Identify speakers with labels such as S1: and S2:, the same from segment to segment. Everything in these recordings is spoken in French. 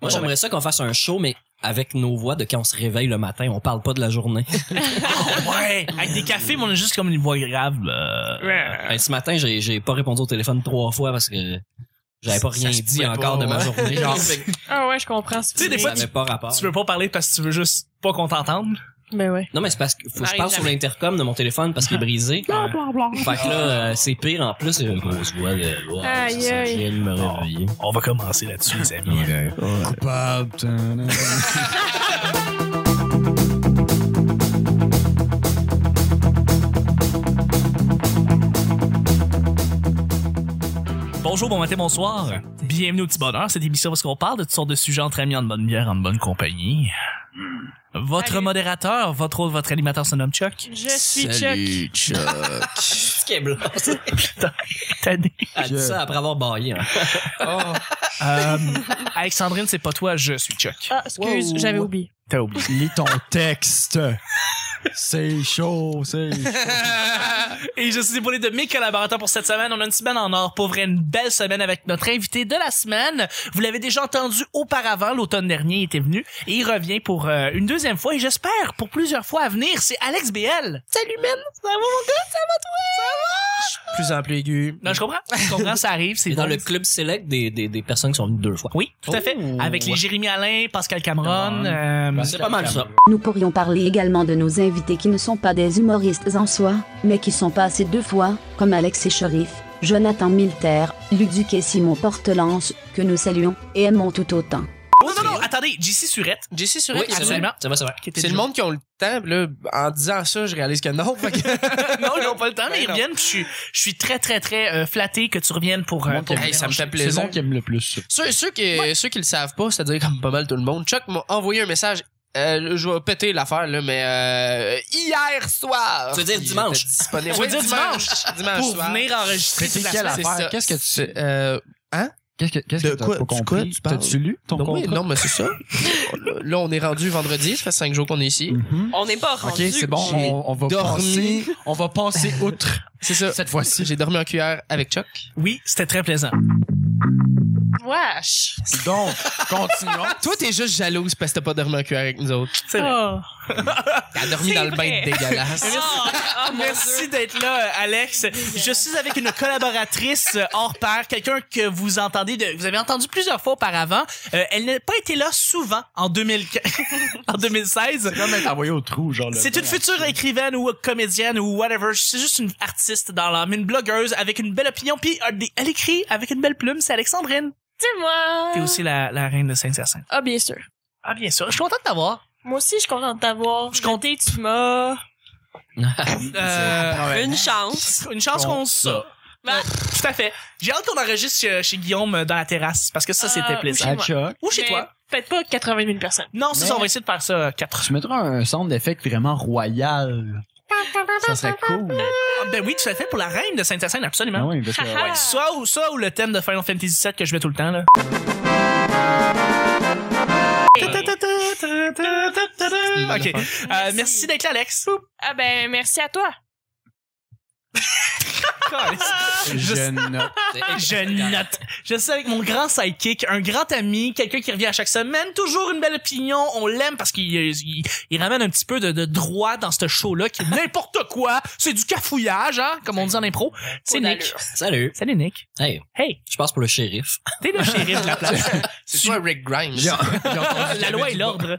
S1: Moi, j'aimerais ça qu'on fasse un show, mais avec nos voix de quand on se réveille le matin, on parle pas de la journée.
S2: Ah ouais! Avec des cafés, mais on est juste comme une voix grave. euh,
S1: Hey, Ben, ce matin, j'ai, j'ai pas répondu au téléphone trois fois parce que j'avais pas
S2: Ça
S1: rien
S2: se
S1: dit
S2: pouvait
S1: encore
S2: pas,
S1: de ma
S2: ouais.
S1: journée. Genre, ça
S3: Ah ouais, je comprends ce que
S2: Tu sais, des fois,
S1: avait pas rapport.
S2: Tu veux pas parler parce que tu veux juste pas qu'on t'entende?
S3: Mais Ben ouais.
S1: Non, mais c'est parce que faut que je
S3: Arrive
S1: parle sur
S3: jamais.
S1: l'intercom de mon téléphone parce qu'il est brisé. Fait que là, euh, c'est pire en plus. euh,
S3: Aïe,
S1: ça,
S3: aïe.
S1: j'ai me réveiller.
S2: On va commencer là-dessus, les amis.
S4: Coupable.
S2: Bonjour, bon matin, bonsoir. Bienvenue au petit bonheur, cette émission parce qu'on parle de toutes sortes de sujets entre amis, en bonne bière, en bonne compagnie. Votre
S3: Salut.
S2: modérateur, votre autre, votre animateur se nomme Chuck.
S3: Je suis Chuck.
S4: Salut, Chuck.
S1: Ce qui est blanc.
S2: Tanné.
S1: Elle dit ça après avoir baillé. hein.
S2: Euh, Alexandrine, c'est pas toi, je suis Chuck.
S3: Ah, excuse,
S4: Wow.
S3: j'avais oublié.
S2: T'as oublié.
S4: Lis ton texte. C'est chaud, c'est chaud.
S2: Et je suis épaulé de mes collaborateurs pour cette semaine. On a une semaine en or, pour vrai, une belle semaine avec notre invité de la semaine. Vous l'avez déjà entendu auparavant, l'automne dernier, il était venu et il revient pour euh, une deuxième fois et j'espère pour plusieurs fois à venir. C'est Alex BL. Salut, man. Ça va, mon gars? Ça va, toi?
S4: Plus en plus aigu.
S2: Non, je comprends. Je comprends, ça arrive. C'est
S1: Et dans
S2: bon.
S1: le club select des, des, des personnes qui sont venues deux fois.
S2: Oui, tout à fait.
S1: Oh.
S2: Avec les Jérémy Alain, Pascal Cameron. euh,
S1: C'est pas mal ça.
S5: Nous pourrions parler également de nos invités qui ne sont pas des humoristes en soi, mais qui sont passés deux fois, comme Alex et Sherif, Jonathan Milter, Luduc et Simon Portelance, que nous saluons et aimons tout autant.
S2: Oh, non, non, attendez. JC Surette.
S6: JC sur
S1: Oui, c'est vrai.
S2: Absolument.
S1: C'est vrai, c'est vrai.
S2: qui était
S6: C'est le
S2: déjà-
S6: monde qui ont le temps. puis Là, en disant ça, je réalise que non. fait que-
S2: Non, ils n'ont pas le temps, mais ils
S6: Ben non.
S2: reviennent. puis Je suis, je suis très, très, très euh, flatté que tu reviennes pour. euh,
S4: Moi,
S2: pour
S4: qui-
S6: Hey, ça me fait
S4: C'est
S6: plaisir.
S4: moi qui aime le plus ça.
S6: Ceux, ceux, qui, ceux qui le savent pas, c'est-à-dire comme pas mal tout le monde, Chuck m'a envoyé un message. Euh, je vais péter l'affaire, là, mais euh, hier soir.
S1: Tu veux dire
S6: il
S1: dimanche?
S6: était disponible.
S2: Tu veux
S6: Oui,
S2: dire dimanche?
S6: Dimanche
S2: pour
S6: soir.
S2: venir enregistrer.
S4: C'était
S2: toute la
S4: quelle
S2: semaine.
S6: C'est
S4: affaire?
S6: ça.
S4: Qu'est-ce que tu
S6: C'est, euh,
S4: Qu'est-ce que qu'est-ce
S6: De
S4: que t'as
S6: quoi-
S4: pas
S6: de quoi
S4: compris?
S6: tu parles?
S4: T'as-tu lu ton
S6: non, oui,
S4: contrat?
S6: non, mais c'est ça. là, on est rendu vendredi. Ça fait cinq jours qu'on est ici.
S4: Mhm.
S3: On n'est pas
S4: Ok, c'est bon, on, on va
S6: dormi.
S4: passer, on va passer outre
S6: C'est ça.
S4: cette fois-ci.
S6: J'ai dormi en cuillère avec Chuck.
S2: Oui, c'était très plaisant.
S3: Wesh.
S4: Donc, continuons.
S6: Toi, t'es juste jalouse parce que t'as pas dormi en cuillère avec nous autres.
S2: C'est vrai.
S3: Oh.
S6: T'as dormi
S3: C'est
S6: dans le bain
S3: vrai.
S6: dégueulasse.
S3: Oh,
S4: Ah,
S3: oh, mon
S2: Merci
S3: Dieu.
S2: d'être là, euh, Alex. Je suis avec une collaboratrice euh, hors pair, quelqu'un que vous entendez, de, vous avez entendu plusieurs fois auparavant. Euh, elle n'a pas été là souvent en, 2000, en 2016.
S4: Comme être envoyé au trou, genre. le-
S2: C'est une future écrivaine ou comédienne ou whatever. C'est juste une artiste dans l'âme, une blogueuse avec une belle opinion. Puis euh, des- elle écrit avec une belle plume, c'est Alexandrine.
S3: C'est moi.
S2: T'es aussi la, la reine de Saint-Hyacinthe.
S3: Ah, bien sûr.
S2: Ah bien sûr, je suis content de t'avoir.
S3: Moi aussi, je suis contente de t'avoir.
S2: Je
S3: Je
S2: suis contente.
S3: comptais, tu m'as.
S2: Euh,
S3: Une chance.
S2: une chance qu'on ça.
S3: Ah.
S2: Bah, tout à fait. J'ai hâte qu'on enregistre chez, chez Guillaume euh, dans la terrasse parce que ça c'était
S3: Ah,
S2: plaisant.
S4: À Chuck,
S2: Ou chez
S3: Mais
S2: toi.
S3: Peut-être pas 80 000 personnes.
S2: Non, c'est
S4: Mais-
S2: ça, on va essayer de faire ça euh, quatre.
S4: tu mettras un son d'effet vraiment royal. Ça serait cool.
S2: Ah, ben oui, tout à fait pour la reine de Saint-Hyacinthe, absolument.
S4: Ah oui, parce que-
S3: Haha.
S2: Ouais, soit ou ça ou le thème de Final Fantasy VII que je mets tout le temps
S4: Ah
S2: là. Ok, Euh, merci d'être là, Alex.
S3: Ah, ben, merci à toi.
S4: Ah, Je note.
S2: Je note. Je suis avec mon grand sidekick, un grand ami, quelqu'un qui revient à chaque semaine, toujours une belle opinion, on l'aime parce qu'il il, il ramène un petit peu de, de droit dans ce show-là, qui est n'importe quoi, c'est du cafouillage, hein, comme on dit en impro. C'est
S3: Pas
S2: Nick.
S3: d'allure.
S1: Salut.
S2: Salut Nick.
S1: Hey,
S2: Hey,
S1: je passe pour le shérif.
S2: t'es le shérif de la place.
S6: C'est soit Rick Grimes.
S4: J'ai-
S2: la loi et l'ordre.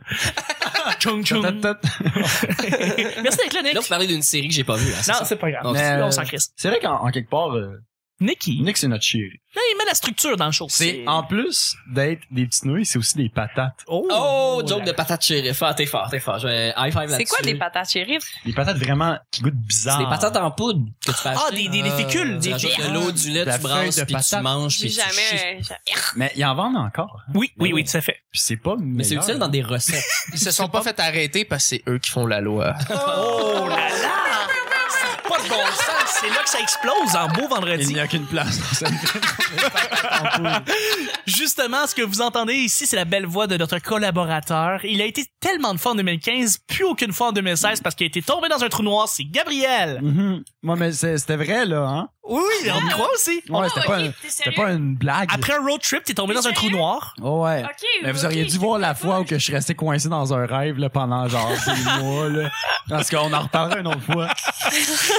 S2: Chung chung. Merci d'être là, Nick.
S1: Là, vous parlez d'une série que j'ai pas vue. hein, c'est
S2: Non, euh,
S1: ça?
S2: c'est pas grave.
S1: Ok.
S2: Là, on s'en crisse.
S4: C'est vrai qu'en en quelque part, euh,
S2: Nicky.
S4: Nick, c'est notre chéri.
S2: Là, il met la structure dans le show.
S4: C'est en plus d'être des petites nouilles, c'est aussi des patates.
S2: Oh,
S1: Oh, joke
S2: là-
S1: de patate shérif. Ah, t'es fort, t'es fort. Je vais high five là-dessus.
S3: C'est quoi des patates shérif?
S4: Des patates vraiment qui goûtent bizarre.
S1: C'est des patates en poudre que tu fais
S2: Ah, des, des, des fécules.
S1: Tu
S2: Des,
S1: rajoutes
S2: des-
S1: de l'eau, du lait,
S4: La
S1: tu brasses,
S4: feuille de
S1: puis tu
S4: patate.
S1: manges,
S3: J'ai
S1: puis tu chies.
S3: jamais.
S4: Mais ils en vendent encore. hein.
S2: Oui, oui, oui, tout à fait.
S4: Puis c'est pas
S1: Mais c'est utile dans des recettes.
S6: Ils se sont pas fait arrêter parce que c'est eux qui font la loi.
S2: Oh là là! C'est pas de bon sens. C'est là que ça explose en beau
S4: Il
S2: vendredi.
S4: n'y a qu'une place dans cette
S2: Justement, ce que vous entendez ici, c'est la belle voix de notre collaborateur. Il a été tellement de fois en 2015, puis aucune fois en 2016 parce qu'il a été tombé dans un trou noir. C'est Gabriel.
S4: Mhm. Moi, mais c'est- c'était vrai, là, hein?
S2: Oui, on me croit aussi.
S4: Ouais,
S3: Oh,
S4: c'était
S3: ok,
S4: pas, un-
S3: t'es
S4: c'était
S3: sérieux?
S4: pas une blague.
S2: Après un road trip, t'es tombé dans un trou noir.
S4: Oh, ouais.
S3: Ok.
S4: Mais vous
S3: ok,
S4: auriez dû
S3: je
S4: voir
S3: sais
S4: la
S3: pas.
S4: fois où que je suis resté coincé dans un rêve là, pendant genre des mois. Là. Parce qu'on en reparlera une autre fois.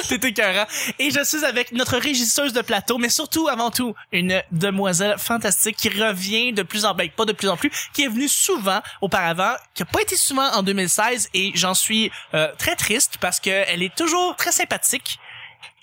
S2: C'était écœurant. Et je suis avec notre régisseuse de plateau, mais surtout, avant tout, une demoiselle fantastique qui revient de plus en plus, pas de plus en plus, qui est venue souvent auparavant, qui a pas été souvent en 2016, et j'en suis euh, très triste parce que elle est toujours très sympathique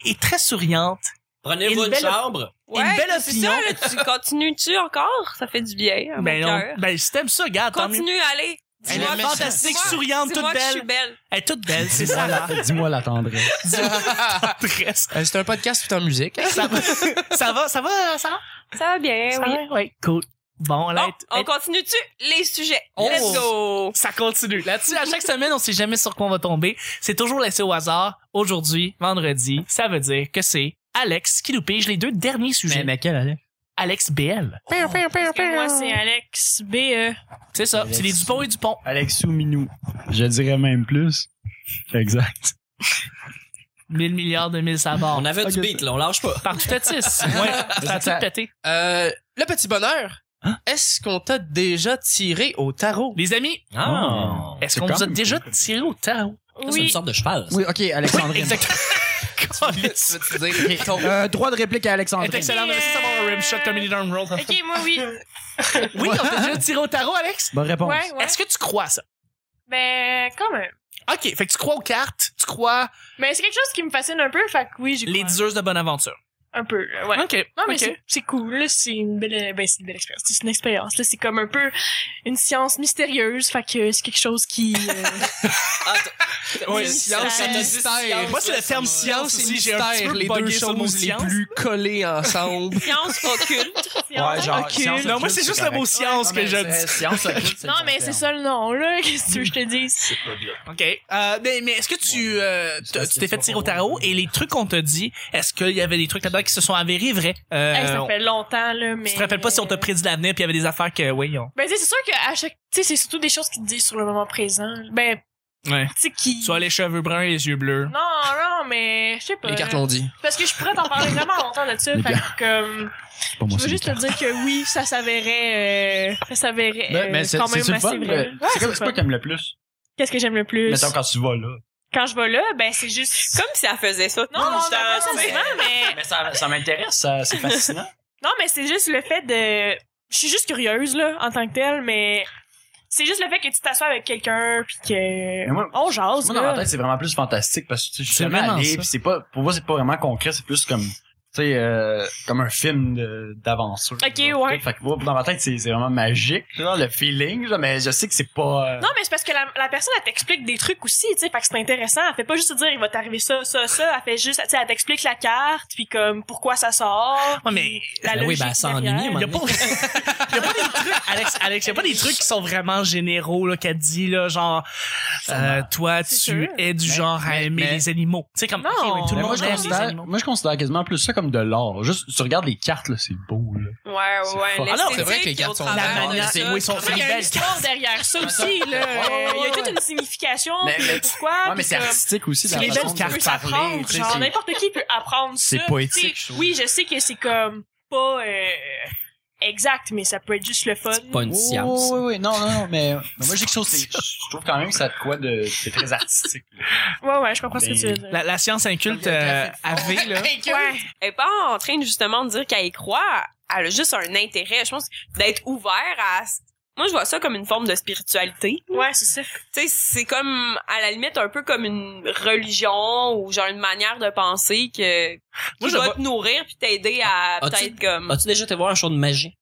S2: et très souriante.
S1: Prenez-vous
S2: Une
S1: une,
S2: belle-
S1: chambre.
S2: Une belle
S3: c'est
S2: opinion.
S3: Ça, là, tu continues-tu encore? Ça fait du bien à
S2: Ben,
S3: mon
S2: non.
S3: cœur.
S2: ben si t'aimes ça, garde, tant mieux.
S3: Continue, allez.
S2: Elle
S6: Dis-moi,
S2: est fantastique,
S3: Dis-moi-
S2: souriante,
S3: dis-moi
S2: toute
S3: que Je suis
S2: belle.
S3: belle.
S2: Elle est toute belle, c'est
S4: Dis-moi
S2: ça.
S4: la, dis-moi la tendresse.
S2: Triste.
S6: Euh, c'est un podcast tout en musique.
S2: ça va, ça va, ça va, ça va?
S3: Ça va bien,
S2: Ça
S3: Eh oui.
S2: va? Ouais, cool. Bon, là,
S3: Bon, on continue-tu les sujets?
S2: Oh.
S3: Let's go!
S2: Ça continue. Là-dessus, à chaque semaine, on sait jamais sur quoi on va tomber. C'est toujours laissé au hasard. Aujourd'hui, vendredi, ça veut dire que c'est Alex qui nous pige les deux derniers sujets.
S4: quelle allait?
S2: Alex BL.
S3: Oh, Parce que moi, c'est Alex E. BE.
S2: C'est ça.
S4: Alex.
S2: C'est les Dupont et Dupont.
S4: Alexou Minou. Je dirais même plus. Exact.
S2: 1000 milliards de mille sabords.
S1: On avait
S4: Ok,
S1: du beat, là, on lâche pas.
S2: Par tout à tis. Ouais. Ça a tout pété.
S6: Euh, le petit bonheur. Est-ce qu'on t'a déjà tiré au tarot?
S2: Les amis,
S4: Ah.
S2: est-ce
S4: C'est
S2: qu'on vous a
S4: comme-
S2: déjà tiré au tarot?
S1: Ça, C'est une sorte de cheval. ça.
S4: Oui, ok, Alexandrine.
S2: Exactement.
S6: Tu veux dire, les taux.
S4: Euh, droit de réplique à
S2: est
S4: Alexandrine.
S2: excellent. Merci de savoir un rimshot comme une arm roll.
S3: Ok, moi, oui.
S2: Oui, on t'a déjà tiré au tarot, Alex?
S4: Bonne réponse.
S3: Ouais, ouais.
S2: Est-ce que tu crois à ça?
S3: Ben, quand même.
S2: OK. Fait que tu crois aux cartes, tu crois
S3: Mais c'est quelque chose qui me fascine un peu, fait que oui, j'y
S2: les
S3: crois.
S2: diseuses de bonne aventure.
S3: Un peu, euh, ouais.
S2: OK.
S3: Non, mais
S2: OK.
S3: c'est- c'est cool, là, c'est une belle, ben, c'est une belle expérience. C'est une expérience, là, c'est comme un peu une science mystérieuse, fait que c'est quelque chose qui... euh,
S6: Ouais,
S3: Oui,
S6: science
S3: ça-
S6: et mystère.
S2: Moi, c'est le terme science aussi, j'ai un petit peu
S6: les
S2: bugué
S6: deux
S2: sur mon
S6: choses les
S2: science.
S6: plus collées ensemble.
S3: science occulte.
S4: Ouais, genre,
S3: occulte.
S4: science
S2: Non, moi, c'est juste le mot science que je dis.
S4: Science
S3: Non, mais c'est ça le nom, là. Qu'est-ce que tu veux que je te dise?
S2: OK. Euh, mais mais est-ce que tu euh,
S4: C'est
S2: t'as-
S4: parce
S2: tu
S4: que
S2: t'es fait
S4: tu
S2: tirer
S4: vas
S2: au tarot
S4: voir.
S2: et les trucs qu'on t'a dit, est-ce qu'il y avait des trucs là-dedans qui se sont avérés vrais? Euh,
S3: Hey, ça fait longtemps, là, mais.
S2: Tu te rappelles pas si on t'a prédit l'avenir puis il y avait des affaires que, oui, on...
S3: Ben, tu sais, c'est sûr qu'à chaque. Tu sais, c'est surtout des choses qui te disent sur le moment présent. Ben,
S2: Ouais.
S3: tu sais, qui.
S2: Soit les cheveux bruns et les yeux bleus.
S3: Non, non, mais. Je sais pas.
S6: Les cartes l'ont dit.
S3: Parce que je pourrais t'en parler vraiment longtemps de ça.
S4: Les
S3: Fait que, comme.
S4: C'est
S3: Je
S4: pas moi,
S3: veux
S4: c'est
S3: juste te dire que oui, ça s'avérait. euh, ça s'avérait.
S4: Ben,
S3: euh,
S4: mais c'est
S3: quand
S4: c'est-tu
S3: même
S4: le fun,
S3: assez
S2: euh,
S3: vrai.
S4: le-
S3: Ouais,
S4: c'est comme-
S3: le
S4: c'est quoi
S3: fun.
S4: que t'aimes le plus?
S3: Qu'est-ce que j'aime le plus?
S4: Mettons quand tu vas là.
S3: Quand je vais là, ben, c'est juste.
S7: Comme si elle faisait ça.
S3: Non, non, pas ça souvent, mais.
S4: Mais ça, ça m'intéresse, ça- c'est fascinant.
S3: Non, mais c'est juste le fait de. Je suis juste curieuse, là, en tant que telle, mais. C'est juste le fait que tu t'assois avec quelqu'un, puis que.
S4: moi-
S3: on jase,
S4: Moi, dans
S3: là.
S4: ma tête, c'est vraiment plus fantastique parce que tu sais, je suis
S2: C'est
S4: jamais
S2: vraiment
S4: allé,
S2: ça.
S4: puis c'est pas, pour moi, c'est pas vraiment concret, c'est plus comme, tu sais, euh, comme un film de- d'aventure.
S3: Ok,
S4: genre.
S3: ouais.
S4: Fait que moi, dans ma tête, c'est c'est vraiment magique, genre, le feeling, genre, mais je sais que c'est pas. euh,
S3: Non, mais c'est parce que la, la personne, elle t'explique des trucs aussi, tu sais, fait que c'est intéressant. Elle fait pas juste te dire, il va t'arriver ça, ça, ça. Elle fait juste, tu sais, elle t'explique la carte, puis comme, pourquoi ça sort.
S2: Ouais, mais-
S3: puis la
S1: Ben oui,
S3: logique
S1: ben, ça
S3: derrière.
S1: ennuie, moi.
S2: Il y a pas, y a pas des trucs, Alex, Alex, y a pas des trucs qui sont vraiment généraux, là, qu'elle dit, là, genre, euh, toi, tu
S3: C'est sûr.
S2: es du
S4: Mais-
S2: genre à
S4: mais-
S2: aimer
S4: mais-
S2: les animaux. Tu sais, comme,
S3: Non.
S2: ok, oui, tout le
S4: mais moi,
S2: monde
S4: je
S2: aime les
S4: considère,
S2: animaux.
S4: moi, je considère quasiment plus ça comme de l'art. Juste, tu regardes les cartes, là, c'est beau, là.
S7: Ouais, ouais.
S4: fort.
S7: l'esthétique
S2: Ah non,
S6: c'est vrai que les
S7: au
S6: cartes sont
S7: travers
S2: La
S6: Ah,
S7: de
S2: manière,
S7: ça.
S2: c'est, oui, sont,
S3: Mais
S2: sont
S3: il y a une
S2: belles.
S3: histoire derrière ça aussi, là. Il
S4: ouais,
S3: y a
S4: ouais,
S3: toute
S4: ouais.
S3: une signification,
S4: Mais-
S3: puis
S4: mais-
S3: pourquoi.
S4: Ouais, mais
S3: puis
S4: c'est
S3: comme-
S4: artistique aussi,
S2: c'est
S4: la
S2: les
S4: façon
S2: belles
S4: de
S2: cartes
S3: peut
S4: parler,
S3: s'apprendre.
S4: tu sais,
S3: Genre,
S4: c'est-
S3: n'importe qui peut apprendre ça.
S4: C'est poétique,
S3: tu sais.
S4: je trouve.
S3: Oui, je sais que c'est comme pas euh, exact, mais ça peut être juste le fun.
S1: Pas une
S4: Oui, Oh.
S1: science.
S4: Oui, oui, non, non, non, mais, mais moi, j'ai quelque chose, c'est- je trouve quand même que ça a de quoi de, c'est très artistique.
S3: Ouais, ouais, je comprends ce que
S1: Ben,
S3: tu veux dire.
S2: La, la science inculte euh, avait, là.
S3: Ouais.
S7: Elle est pas en train justement de dire qu'elle y croit. Elle a juste un intérêt, je pense, d'être ouvert à. Moi, je vois ça comme une forme de spiritualité.
S3: Ouais, c'est ça.
S7: Tu sais, c'est comme, à la limite, un peu comme une religion ou genre une manière de penser que, qui
S2: Moi, je
S7: va
S2: vois-
S7: te nourrir puis t'aider à
S1: Ah, tu-
S7: peut-être comme...
S1: As-tu déjà été voir un show de magie?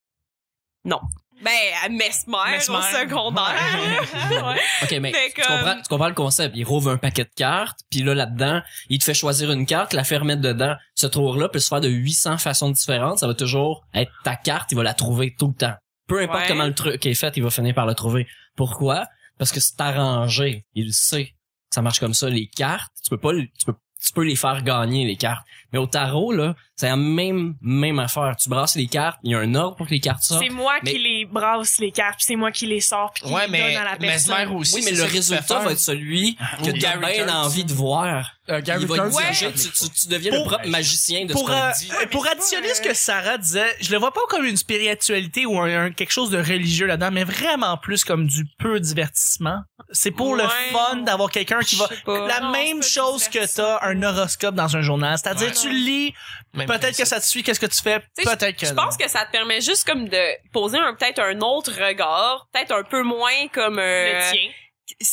S7: Ben, à mesmer,
S2: Mesmer.
S7: au secondaire.
S1: Ok, mais,
S7: Mais
S1: tu,
S7: comme-
S1: comprends, tu comprends le concept. Il rouvre un paquet de cartes, puis là, là-dedans, il te fait choisir une carte, la faire mettre dedans. Ce tour-là peut se faire de 800 façons différentes. Ça va toujours être ta carte, il va la trouver tout le temps. Peu importe
S7: Ouais.
S1: comment le truc est fait, il va finir par la trouver. Pourquoi? Parce que c'est arrangé. Il le sait. Ça marche comme ça. Les cartes, tu peux pas, le- tu peux, tu peux les faire gagner, les cartes. Mais au tarot, là, c'est la même, même affaire. Tu brasses les cartes, il y a un ordre pour que les cartes sortent.
S3: C'est moi
S1: Mais-
S3: qui les brasse les cartes, puis c'est moi qui les sors, puis qui
S6: Ouais,
S3: les
S6: mais
S3: donne à la personne.
S6: Mesmer aussi.
S1: Oui, mais le
S6: c'est ça qu'il fait
S1: résultat
S6: faire.
S1: va être celui que
S6: Ou
S1: tu as
S6: Gary
S1: bien
S6: Kurtz.
S1: envie de voir.
S4: Euh, Gary
S1: Il va
S4: Kurtz,
S1: diriger,
S4: ouais.
S1: tu, tu- tu deviens
S2: Pour-
S1: le propre magicien de ce
S2: pour,
S1: qu'on
S2: euh,
S1: dit.
S2: euh, pour additionner ce que Sarah disait, je le vois pas comme une spiritualité ou un, un- quelque chose de religieux là-dedans, mais vraiment plus comme du peu divertissement. C'est pour le
S7: Ouais.
S2: fun d'avoir quelqu'un qui va
S7: Je sais pas.
S2: la
S3: Non, c'est
S2: même
S3: pas
S2: chose
S3: divertissant.
S2: que t'as un horoscope dans un journal, c'est-à-dire
S6: Ouais.
S2: tu lis,
S6: Même
S2: peut-être que
S6: principe.
S2: ça te suit, qu'est-ce que tu fais,
S7: Tu sais,
S2: peut-être que
S7: Je pense que ça te permet juste comme de poser un peut-être un autre regard, peut-être un peu moins comme euh,
S3: Le tien.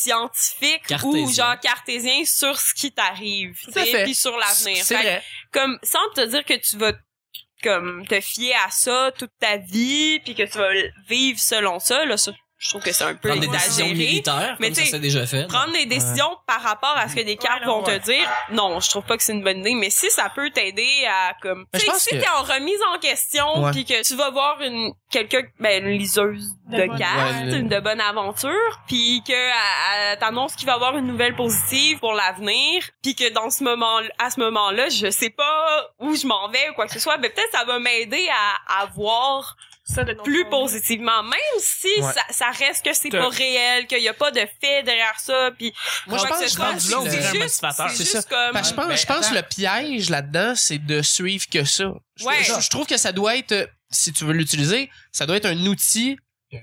S7: scientifique
S1: Cartésien.
S7: ou genre cartésien sur ce qui t'arrive, tu
S6: à
S7: sais,
S6: fait.
S7: puis sur l'avenir.
S2: C'est
S7: Fait que
S2: vrai.
S7: comme sans te dire que tu vas comme te fier à ça toute ta vie puis que tu vas vivre selon ça là ça, je trouve que c'est un peu
S1: Prendre des décisions
S7: exagéré
S1: militaires,
S7: Mais
S1: comme ça
S7: tu sais,
S1: s'est déjà fait.
S7: prendre des décisions par rapport à ce que des cartes
S3: là,
S7: vont
S3: ouais.
S7: te dire non je trouve pas que c'est une bonne idée mais si ça peut t'aider à comme
S6: Mais je
S7: tu sais
S6: pense
S7: si
S6: que-
S7: t'es en remise en question
S6: Ouais.
S7: puis que tu vas voir une quelqu'un ben une liseuse
S3: De
S7: de,
S3: bonne-
S7: cartes
S6: Ouais, le-
S7: de bonne aventure puis que à- à- t'annonce qu'il va y avoir une nouvelle positive pour l'avenir puis que dans ce moment à ce moment là je sais pas où je m'en vais ou quoi que ce soit mais peut-être ça va m'aider à, à voir
S3: Ça, de notre
S7: plus
S3: monde.
S7: positivement même si
S6: Ouais.
S7: ça, ça reste que c'est
S2: Te-
S7: pas réel qu'il y a pas de fait derrière ça puis
S6: Moi, je
S7: quoi
S6: pense
S7: que
S6: que
S7: ce
S6: je
S7: soit,
S6: pense
S2: rendu là, on
S6: que
S2: dirait
S6: le-
S2: un
S7: c'est juste,
S2: motivateur,
S7: c'est
S6: c'est
S7: juste comme
S6: Parce que je pense,
S4: Ouais,
S6: je pense
S4: attends.
S6: que le piège là-dedans, c'est de suivre que ça. Je,
S7: Ouais.
S6: je- je trouve que ça doit être, euh, si tu veux l'utiliser, ça doit être un outil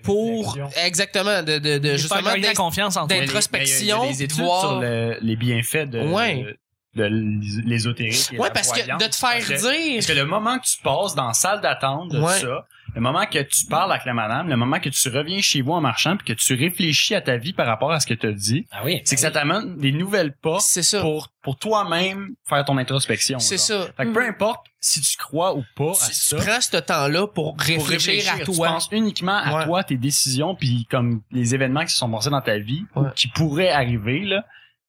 S6: pour exactement de, de,
S2: Justement,
S6: de- justement
S2: faire gagner la confiance en toi.
S6: d'être- introspection,
S4: Il y a des études
S6: de voir-
S4: sur le- les bienfaits de,
S6: Ah. Ouais.
S4: de l'és- l'ésotérisme. et
S6: Ouais,
S4: la
S6: parce que
S4: voyance.
S6: de te faire
S4: Parce que- Parce
S6: dire.
S4: que le moment que tu passes dans la salle d'attente de
S6: Ouais.
S4: ça, le moment que tu parles avec la madame, le moment que tu reviens chez vous en marchant puis que tu réfléchis à ta vie par rapport à ce que tu as dit,
S1: Ah oui.
S4: c'est que ça t'amène des nouvelles pas
S6: C'est ça.
S4: pour, pour toi-même faire ton introspection.
S6: C'est
S4: genre.
S6: ça. Mm-hmm.
S4: Fait que peu importe si tu crois ou pas à
S6: Tu, tu
S4: ça,
S6: prends ce temps-là pour réfléchir,
S4: pour réfléchir
S6: à
S4: Tu
S6: toi.
S4: penses uniquement à
S6: Ouais.
S4: toi, tes décisions, puis comme les événements qui se sont passés dans ta vie,
S6: Ouais.
S4: ou qui pourraient arriver, là.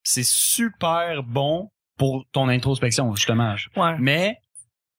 S4: C'est super bon pour ton introspection, justement.
S2: Ouais.
S4: Mais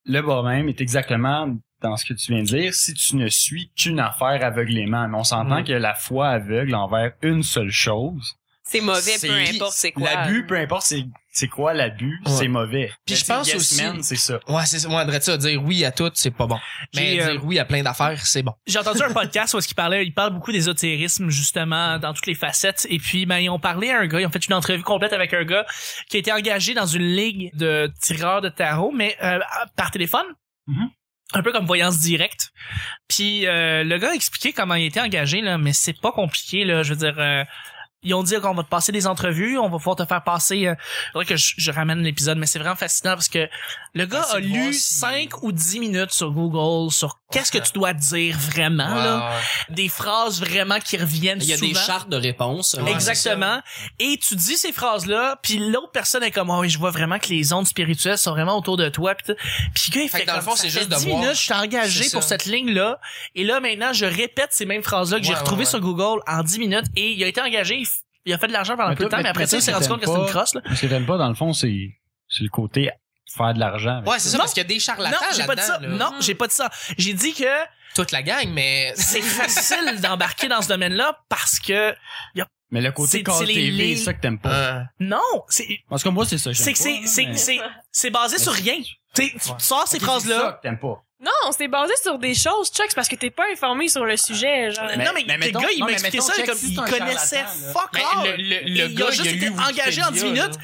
S4: le problème est exactement dans ce que tu viens de dire, si tu ne suis qu'une affaire aveuglément. Mais on s'entend
S6: Mm.
S4: que la foi aveugle envers une seule chose.
S7: c'est mauvais peu importe c'est quoi
S4: L'abus, peu importe c'est, c'est quoi l'abus,
S6: Ouais.
S4: c'est mauvais.
S6: Puis je
S4: Mais
S6: pense
S4: yes
S6: aussi-
S4: man, c'est ça.
S6: Ouais, c'est ça. Moi, André, ça, dire oui à tout, c'est pas bon. Mais
S2: J'ai, euh,
S6: dire oui à plein d'affaires, c'est bon.
S2: J'ai entendu un podcast où est-ce qu'il parlait, il parle beaucoup d'ésotérisme justement dans toutes les facettes. Et puis, ben ils ont parlé à un gars, ils ont fait une entrevue complète avec un gars qui a été engagé dans une ligue de tireurs de tarot, mais euh, par téléphone.
S4: Mhm.
S2: Un peu comme voyance directe. Puis euh, le gars a expliqué comment il était engagé là, mais c'est pas compliqué là. Je veux dire, euh, ils ont dit qu'on va te passer des entrevues, on va pouvoir te faire passer. euh, faudrait que je, je ramène l'épisode, mais c'est vraiment fascinant parce que le gars
S6: Essayer
S2: a
S6: de voir
S2: lu
S6: si-
S2: 5 ou 10 minutes sur Google sur qu'est-ce que tu dois dire vraiment Ah, là,
S6: Ouais, ouais.
S2: des phrases vraiment qui reviennent
S1: Il y a des
S2: souvent.
S1: chartes de réponse.
S6: Ouais,
S2: Exactement. Et tu dis ces phrases-là, puis l'autre personne est comme, oh, oui, je vois vraiment que les ondes spirituelles sont vraiment autour de toi. Puis, tout. Puis le gars, il
S6: Fait
S2: fait,
S6: que dans le
S2: comme,
S6: fond,
S2: ça
S6: c'est
S2: fait
S6: juste de
S2: 10
S6: voir.
S2: minutes, je suis engagé
S6: C'est
S2: pour
S6: ça.
S2: cette ligne-là. Et là, maintenant, je répète ces mêmes phrases-là que j'ai
S6: Ouais, ouais,
S2: retrouvées
S6: ouais.
S2: sur Google en 10 minutes. Et il a été engagé, il, f- il a fait de l'argent pendant
S4: Mais
S2: peu de temps,
S4: toi,
S2: mais
S4: mais
S2: après ça, il
S4: toi,
S2: s'est rendu
S4: t'aimes
S2: compte que c'était une
S4: pas-
S2: crosse, là.
S4: Ce que t'aimes pas, dans le fond, c'est, c'est le côté faire de l'argent. avec
S6: Ouais, c'est ça,
S2: Non.
S6: parce qu'il y a des
S2: Non,
S6: charlatans
S2: j'ai pas dit ça.
S6: là-dedans, là.
S2: Non, j'ai pas dit ça. J'ai dit que
S6: Toute la gang, mais...
S2: c'est facile d'embarquer dans ce domaine-là parce que
S4: Mais le côté
S2: C'est-
S4: call
S2: c'est les
S4: TV,
S2: lignes.
S4: c'est ça que t'aimes pas.
S6: Euh,
S2: non, c'est
S4: Parce que moi, c'est ça. que
S2: c'est
S4: j'aime
S2: que
S4: pas,
S2: c'est
S4: là,
S2: c'est
S4: mais-
S2: c'est c'est basé sur rien. Tu sais, tu sors ces
S4: Ok, C'est ça
S2: phrases-là.
S4: que t'aimes pas.
S3: Non, c'est basé sur des choses, Chuck, c'est parce que t'es pas informé sur le sujet, genre.
S2: non, mais,
S4: mais
S2: le
S4: mettons-
S2: gars, il
S4: non,
S2: m'a
S4: mais
S2: expliqué
S4: mettons,
S2: ça,
S4: check,
S2: comme
S4: si
S2: il
S4: c'est un
S2: connaissait
S4: charlatan, là.
S2: fuck
S6: mais
S2: all.
S6: le, le, le
S2: il
S6: gars,
S2: a juste
S6: Ah, il a
S2: été
S6: lu
S2: engagé en 10
S6: Wikipédia,
S2: minutes.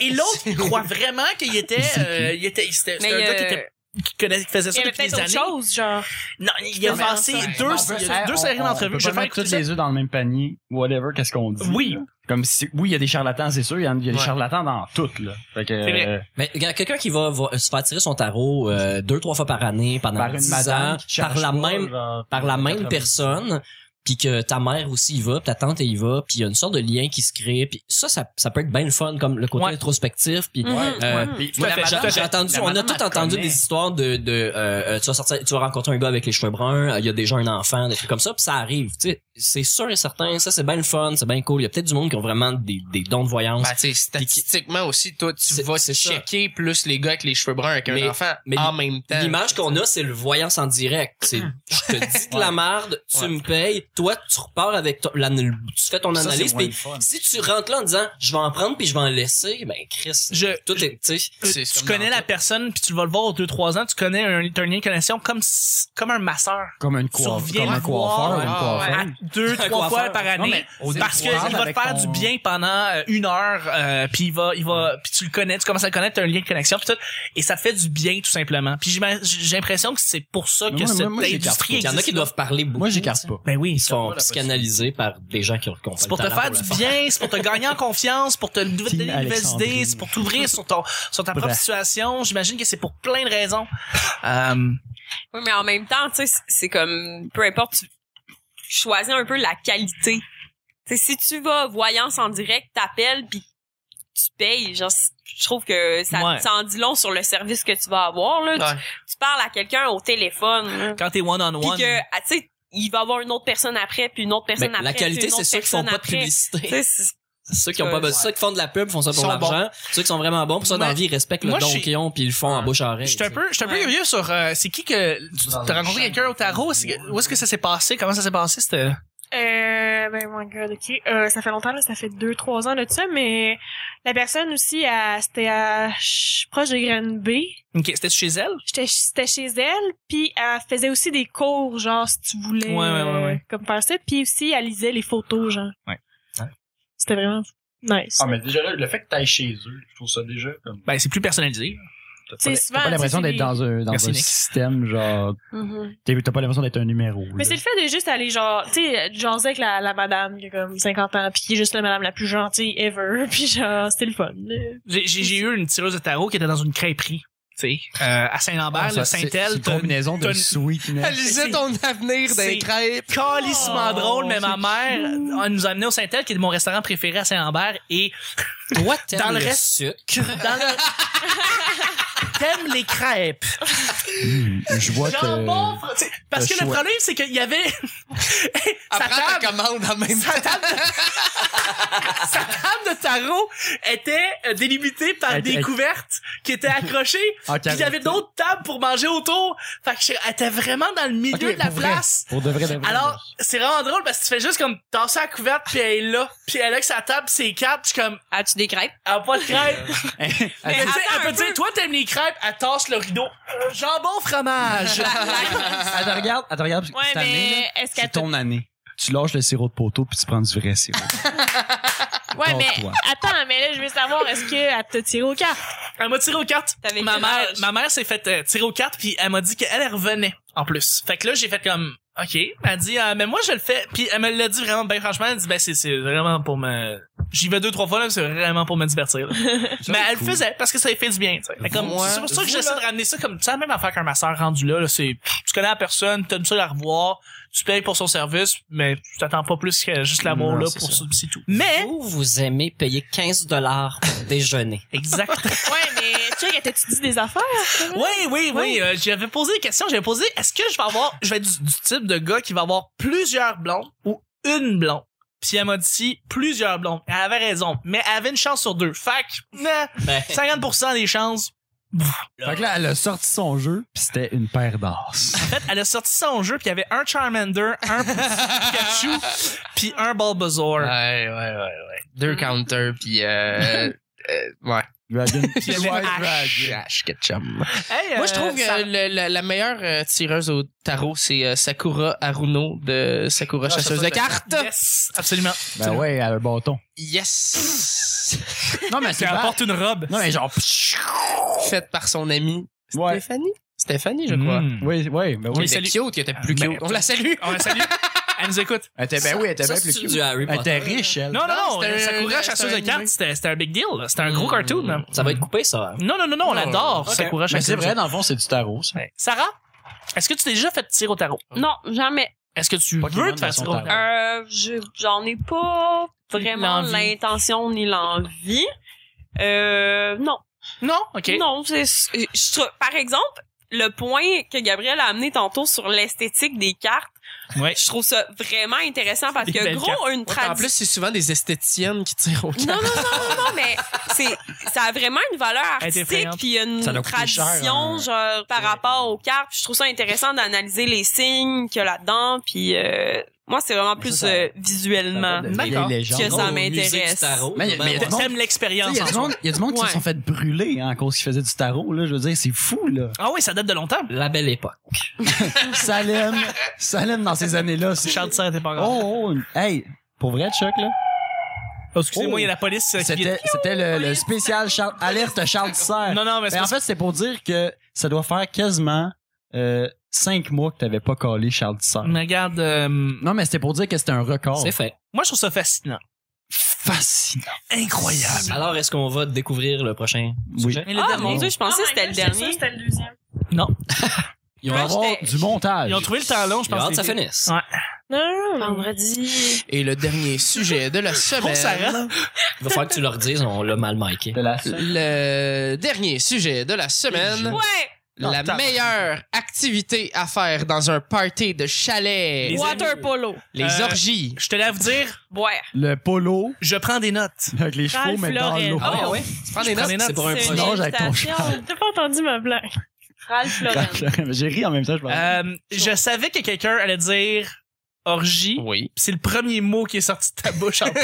S2: Et l'autre, il croit vraiment qu'il était, euh, il était, c'était c'était
S7: Mais
S2: un gars qui,
S7: euh,
S2: était, qui connaissait, qui faisait
S3: Il y
S2: ça
S3: avait
S2: depuis
S3: peut-être
S2: des
S3: autre
S2: années.
S3: chose, genre.
S2: Non, il a
S3: Non, mais
S2: passé deux,
S3: ça,
S4: On peut-
S2: il y a
S4: hey,
S2: deux
S4: on-
S2: séries
S4: on-
S2: d'entrevues.
S4: on
S2: Je vais
S4: peut pas
S2: faire
S4: mettre
S2: écouter
S4: tous
S2: ça.
S4: les œufs dans le même panier, whatever, qu'est-ce qu'on dit.
S2: Oui.
S4: là. Comme si, oui, il y a des charlatans, c'est sûr, il y en- il y a des
S6: Ouais.
S4: charlatans dans tout, là. Fait que,
S2: C'est vrai.
S4: euh,
S1: Mais regarde, quelqu'un qui va, va se faire tirer son tarot euh, deux trois fois par année pendant
S4: par une
S1: 10
S4: madame
S1: ans
S4: qui
S1: par
S4: cherche
S1: la
S4: pas,
S1: même
S4: genre,
S1: par la même
S4: 80.
S1: personne puis que ta mère aussi y va, puis ta tante elle y va, puis il y a une sorte de lien qui se crée, puis ça, ça, ça peut être bien le fun, comme le côté
S2: Ouais.
S1: introspectif, puis
S7: Mhm.
S1: euh,
S4: Puis,
S1: Moi, la
S4: la
S1: madame,
S4: madame,
S1: j'ai entendu, on
S4: la
S1: a
S4: madame,
S1: tout
S4: elle
S1: entendu
S4: connaît.
S1: des histoires de, de euh, euh, tu vas sortir, tu vas rencontrer un gars avec les cheveux bruns, euh, il y a déjà un enfant, des trucs comme ça, puis ça arrive, tu sais. c'est sûr et certain, ça c'est bien le fun, c'est bien cool. Il y a peut-être du monde qui ont vraiment des, des dons de voyance.
S6: Ben, tu sais, statistiquement aussi, toi, tu
S1: C'est-
S6: vas
S1: c'est ça.
S6: checker plus les gars avec les cheveux bruns avec
S1: Mais-
S6: un enfant
S1: mais
S6: en même temps.
S1: L'image qu'on a, c'est le voyance en direct. C'est, je te dis de la merde, tu
S6: Ouais.
S1: me payes, toi tu repars avec ton, l'an- tu fais ton
S4: Ça,
S1: analyse,
S4: c'est moins
S1: puis
S4: le fun.
S1: si tu rentres là en disant je vais en prendre puis je vais en laisser, ben Chris,
S2: Je,
S1: tout est, tu sais,
S6: C'est
S2: tu
S6: sûrement
S2: connais la
S6: tout.
S2: personne puis tu vas le voir aux deux trois ans tu connais un t'as un lien de connexion comme s- comme un masseur
S4: Comme une
S2: coiffe-
S4: coiffeur.
S2: surviens
S4: Comme
S2: comme un
S4: un
S2: le coiffeur,
S4: coiffeur.
S2: voir,
S6: une
S4: Une
S6: ouais. coiffeur.
S2: à deux trois fois
S1: coiffeur.
S2: par
S4: Non, mais
S2: année
S4: au
S2: parce qu'il
S4: détour,
S2: va te
S4: avec
S2: faire
S4: ton-
S2: du bien pendant euh, une heure euh, puis il va il va puis tu le connais tu commences à le connaître t'as un lien de connexion puis tout et ça te fait du bien tout simplement puis j'ima- j'ai l'impression que c'est pour ça que
S4: Moi, moi,
S2: cette
S4: moi, j'écarte
S2: industrie
S1: il y en a
S2: existe
S1: qui doivent parler beaucoup.
S4: Moi, j'écarte pas.
S2: ben oui
S1: Ils se font
S4: pas la
S1: psychanalyser par des gens qui ont qui ont pas
S2: c'est
S1: le
S2: pour te
S1: talent
S2: faire
S1: le
S2: du bien, c'est pour te gagner en confiance, pour te donner de nouvelles
S4: Alexandrie.
S2: idées, c'est pour t'ouvrir sur ton sur ta propre
S4: Bref.
S2: situation. J'imagine que c'est pour plein de raisons. Euh,
S7: Oui, mais en même temps, tu sais, c'est- c'est comme, peu importe, tu choisis un peu la qualité. Tu sais, si tu vas voyance en direct, t'appelles puis tu payes, genre, c- je trouve que ça
S2: Ouais.
S7: ça en dit long sur le service que tu vas avoir, là.
S6: Ouais.
S7: Tu, tu parles à quelqu'un au téléphone, là.
S2: quand t'es one on
S7: Puis
S2: one.
S7: que, ah, tu sais, il va y avoir une autre personne après, puis une autre
S1: Mais
S7: personne après.
S1: Ben, la qualité,
S7: puis une autre
S1: c'est ceux qui font
S7: personne
S1: pas de
S7: après. Tu
S1: publicité.
S7: sais, c'est-
S1: Ceux qui ont pas
S7: Ouais.
S1: besoin, ceux qui font de la pub, font ça
S6: Ils
S1: pour
S6: sont
S1: l'argent. Ceux qui sont vraiment bons, pour ça, dans la
S2: Moi-
S1: vie, ils respectent
S2: moi,
S1: le don
S2: je-
S1: qu'ils ont, puis ils le font en bouche à oreille.
S2: Je suis un peu, je suis un peu
S7: Ouais.
S2: curieux sur euh, c'est qui que tu
S4: Dans
S2: t'as
S4: un
S2: rencontré
S4: champ.
S2: quelqu'un au tarot, C'est que- où est-ce que ça s'est passé, comment ça s'est passé, c'était
S3: Euh, ben, my god, ok. Euh, ça fait longtemps, là, ça fait deux, trois ans de ça, mais la personne aussi, elle- c'était à, ch- proche de Granby.
S2: Ok, c'était chez elle.
S3: J'étais, c'était chez elle, puis elle faisait aussi des cours, genre, si tu voulais,
S2: Ouais, ouais, ouais, ouais.
S3: euh, comme faire ça, puis aussi, elle lisait les photos, genre.
S2: Ouais.
S4: Ouais.
S3: C'était vraiment nice.
S4: Ah, mais déjà là, le fait que t'ailles chez eux, je trouve ça déjà comme.
S2: Ben c'est plus personnalisé.
S4: t'as pas
S3: Tu sais,
S4: l'im-
S3: souvent,
S4: T'as pas l'impression
S3: tu sais,
S4: d'être dans un, dans un
S2: Merci, Nick.
S4: système, genre.
S3: Mhm.
S4: T'as t'as pas l'impression d'être un numéro.
S3: Mais
S4: là.
S3: c'est le fait de juste aller, genre, tu sais, euh, jaser avec la, la madame qui a comme 50 ans, puis qui est juste la madame la plus gentille ever, puis genre, c'était le fun.
S2: J'ai j'ai- j'ai eu une tireuse de tarot qui était dans une crêperie, tu sais, euh, à Saint-Lambert,
S4: Ah,
S2: le
S4: ça, c'est- c'est
S2: Saint-El.
S4: une combinaison de
S2: t'as-
S6: Elle
S4: sweetness.
S6: lisait ton avenir
S2: C'est-
S6: des crêpes.
S2: Calissement
S3: Oh,
S2: drôle, mais
S3: c'est
S2: ma mère, elle nous a amené au Saint-El, qui est mon restaurant préféré à Saint-Lambert, et
S1: Toi, t'aimes
S2: Dans le
S1: le
S2: reste-
S1: sucre.
S2: dans le... T'aimes les crêpes.
S4: Mmh, Je vois que.
S2: Jambon, fr- tu sais, Parce
S4: le
S2: que le
S4: choix.
S2: problème, c'est qu'il y avait. sa,
S6: Après, ta
S2: table,
S6: commande en même temps.
S2: sa, table de... sa table de tarot était euh, délimitée par
S4: Elle-
S2: des
S4: elle-
S2: couvertes qui étaient accrochées.
S4: Ah,
S2: Puis il y avait d'autres tables pour manger autour. Fait que je- elle était vraiment dans le milieu
S4: Ok,
S2: de la
S4: pour vrai.
S2: place.
S4: Pour de vrai, de vrai.
S2: Alors, c'est vraiment drôle parce que tu fais juste comme tasser la couverte puis elle est là. Puis elle a que sa table, c'est quatre. Je suis comme,
S7: As-tu des crêpes?
S2: elle a pas de crêpes.
S7: Mais
S2: Elle,
S7: attends
S2: dit- elle peut
S7: un
S2: dire,
S7: peu.
S2: toi t'aimes les crêpes, elle tasse le rideau. Euh, jambon fromage.
S4: Elle te Ah, regarde, elle te regarde,
S3: Ouais,
S4: cette année, là,
S3: mais est-ce qu'elle
S4: c'est ton année. Tu lâches le sirop de poteau puis tu prends du vrai sirop.
S3: Ouais, mais
S4: Contrôle-toi.
S3: attends, mais là, je veux savoir, est-ce qu'elle te tire au cartes?
S2: Elle m'a tiré aux cartes.
S7: T'avais
S2: Ma
S7: quel
S2: mère,
S7: âge?
S2: ma mère s'est fait euh, tirer aux cartes puis elle m'a dit qu'elle elle revenait en plus. Fait que là j'ai fait comme OK, elle dit euh, mais moi je le fais puis elle me l'a dit vraiment ben franchement elle dit ben c'est c'est vraiment pour me j'y vais deux trois fois là c'est vraiment pour me divertir. là. mais elle le faisait parce que ça lui fait du bien, tu sais. Fait comme
S6: Moi,
S2: c'est pour ça que
S6: vous,
S2: j'essaie
S6: là-
S2: de ramener ça comme ça la même affaire qu'un masseur rendu là, là c'est tu connais la personne, t'aimes ça la revoir, tu payes pour son service mais tu t'attends pas plus que juste l'amour
S4: Non,
S2: là
S4: c'est
S2: pour
S4: ça.
S2: ça c'est tout. Mais
S1: Vous, vous aimez payer 15 dollars pour déjeuner.
S2: exact
S3: Ouais, mais tu sais qu'elle t'a-tu dit des affaires?
S2: Oui, oui, oui. euh, j'avais posé des questions. J'avais posé, est-ce que je vais avoir, je vais être du, du type de gars qui va avoir plusieurs blondes ou une blonde? Puis elle m'a dit plusieurs blondes. Elle avait raison, mais elle avait une chance sur deux. Fac,
S1: Ben,
S2: 50% des chances.
S4: Fait que là, elle a sorti son jeu puis c'était une paire d'as.
S2: En fait, elle a sorti son jeu, puis il y avait un Charmander, un Pikachu, puis un Bulbasaur.
S6: Ouais, ouais, ouais, ouais. Deux counters, puis euh, euh, ouais.
S4: Dragon.
S2: Puis il y avait un H.
S6: H, ketchum.
S2: Hey,
S6: Moi, je
S2: euh,
S6: trouve que
S2: ça-
S6: le- la, la meilleure euh, tireuse au tarot, c'est euh, Sakura Haruno de Sakura Chasseuse de cartes.
S2: Yes, absolument.
S4: Ben ouais, elle a un bâton.
S6: Yes!
S4: Non,
S2: Tu
S4: mais Ben, c'est
S2: apportes une robe.
S4: Non, mais genre. pshh.
S6: Faite par son amie
S4: Ouais.
S6: Stéphanie. Stéphanie, je crois.
S2: Mm.
S4: Oui, oui, ben
S6: Qui
S4: oui.
S6: était
S2: salut.
S6: cute, qui était plus
S2: Ben,
S6: cute. On la salue!
S2: On la salue. Elle nous écoute.
S4: Elle était, ben oui, elle était
S1: ça,
S4: bien plus
S1: c'est
S4: cute. Ben,
S1: du Harry
S4: Elle
S1: Potter.
S4: était riche, elle.
S2: Non, non, non,
S6: c'était un-
S2: Sakura chasseuse de
S6: c'était un
S2: cartes,
S6: animé.
S2: c'était c'était un big deal. là. C'était un gros cartoon. là.
S1: Ça va être coupé, ça.
S2: Non, non, non, non, on
S6: Non,
S7: Ah,
S2: l'adore,
S1: ok.
S2: Sakura
S4: Mais c'est
S2: Chasseuse.
S4: vrai, dans le fond, c'est du tarot, ça.
S2: Sarah, est-ce que tu t'es déjà fait tirer au tarot?
S7: Non, jamais.
S2: Est-ce que tu
S4: Pokémon
S2: veux te
S4: dans
S2: faire
S4: son
S2: tirer au
S4: tarot.
S2: tarot?
S7: Euh, je- j'en ai pas vraiment
S2: L'envie.
S7: l'intention ni l'envie. Euh, non.
S2: Non? OK.
S7: Non, c'est, je- je trouve- par exemple, le point que Gabriel a amené tantôt sur l'esthétique des cartes,
S2: Ouais.
S7: Je trouve ça vraiment intéressant parce
S2: Des
S7: que,
S2: belles
S7: gros,
S6: Ouais,
S7: une
S6: en
S7: tradition.
S6: plus, c'est souvent des esthéticiennes qui tirent au
S7: Non, non, non, non, non, mais c'est, ça a vraiment une valeur
S2: Elle est
S7: artistique
S2: effrayante.
S7: puis il y a une
S1: Ça doit coûter
S7: tradition,
S1: cher, hein.
S7: genre, par rapport aux cartes. Puis Je trouve ça intéressant d'analyser les signes qu'il y a là-dedans, puis euh, moi, c'est vraiment plus
S4: ça, ça-
S7: euh,
S4: Ça
S7: visuellement.
S4: va de-
S2: D'accord.
S7: Que ça m'intéresse.
S1: Mais
S4: Mais y a- mais y a-
S2: T'aimes
S4: Il
S2: l'expérience.
S4: y a
S2: en
S4: du
S2: soi.
S4: monde, y a du monde qui
S7: Ouais.
S4: se sont fait brûler hein, à cause qu'ils faisaient du tarot. Là, je veux dire, c'est fou là.
S2: Ah oui, ça date de longtemps.
S1: La belle époque.
S4: Salem, Salem dans ces années-là, c'est
S2: Charles Tissère était pas encore.
S4: Oh, oh, une- hey, pour vrai, Chuck là,
S2: Oh, excusez-moi, il y a la police euh, qui vient.
S4: c'était c'était le, le spécial Charles, alerte Charles Tissère.
S2: Non, non, mais c'est
S4: Mais en
S2: parce
S4: fait, c'est pour dire que ça doit faire quasiment euh, cinq mois que t'avais pas collé Charles Tissère.
S2: que- Mais regarde, euh, moi,
S4: Non, mais c'était pour dire que c'était un record.
S1: C'est fait.
S2: je trouve ça fascinant.
S4: fascinant.
S2: Incroyable.
S1: Alors, est-ce qu'on va découvrir le prochain
S4: Oui.
S1: sujet?
S2: Et le
S7: Ah,
S2: dernier-
S7: mon Dieu, je pensais que c'était le
S2: Oh
S7: dernier.
S3: c'était le deuxième.
S2: Non.
S4: Ils vont
S7: Ouais,
S4: avoir
S7: j'étais-
S4: du montage.
S2: Ils ont trouvé le temps long, je
S1: J'ai
S2: pense.
S1: hâte que ça
S2: que c'était-
S1: finisse.
S2: Ouais.
S7: Oh,
S3: Non, non, non.
S7: Vendredi.
S6: Et le dernier sujet de la
S2: Bon, Sarah.
S6: semaine.
S1: Il va falloir que tu leur dises, on l'a mal miké.
S4: De la-
S6: Le dernier sujet de la semaine.
S7: Ouais.
S6: La
S4: Non,
S6: meilleure activité à faire dans un party de
S2: Les-
S6: chalet. Les,
S7: Water polo.
S2: Euh,
S6: orgies.
S2: Je te lève dire,
S7: Ouais.
S4: Le polo
S2: je prends des notes.
S4: avec les chevaux,
S3: Ralph
S4: mais dans
S3: Lauren.
S4: l'eau.
S3: Ah,
S1: ouais?
S6: Tu prends des
S2: prends des
S6: notes.
S2: notes.
S1: C'est pour un
S7: C'est
S1: projet.
S7: une
S4: Nage avec ton
S7: invitation.
S3: T'as pas entendu ma blague.
S7: Ralph Lauren.
S4: J'ai ri en même temps, je pense.
S2: Euh, je savais que quelqu'un allait dire orgie.
S6: Oui.
S2: C'est le premier mot qui est sorti de ta bouche en plus.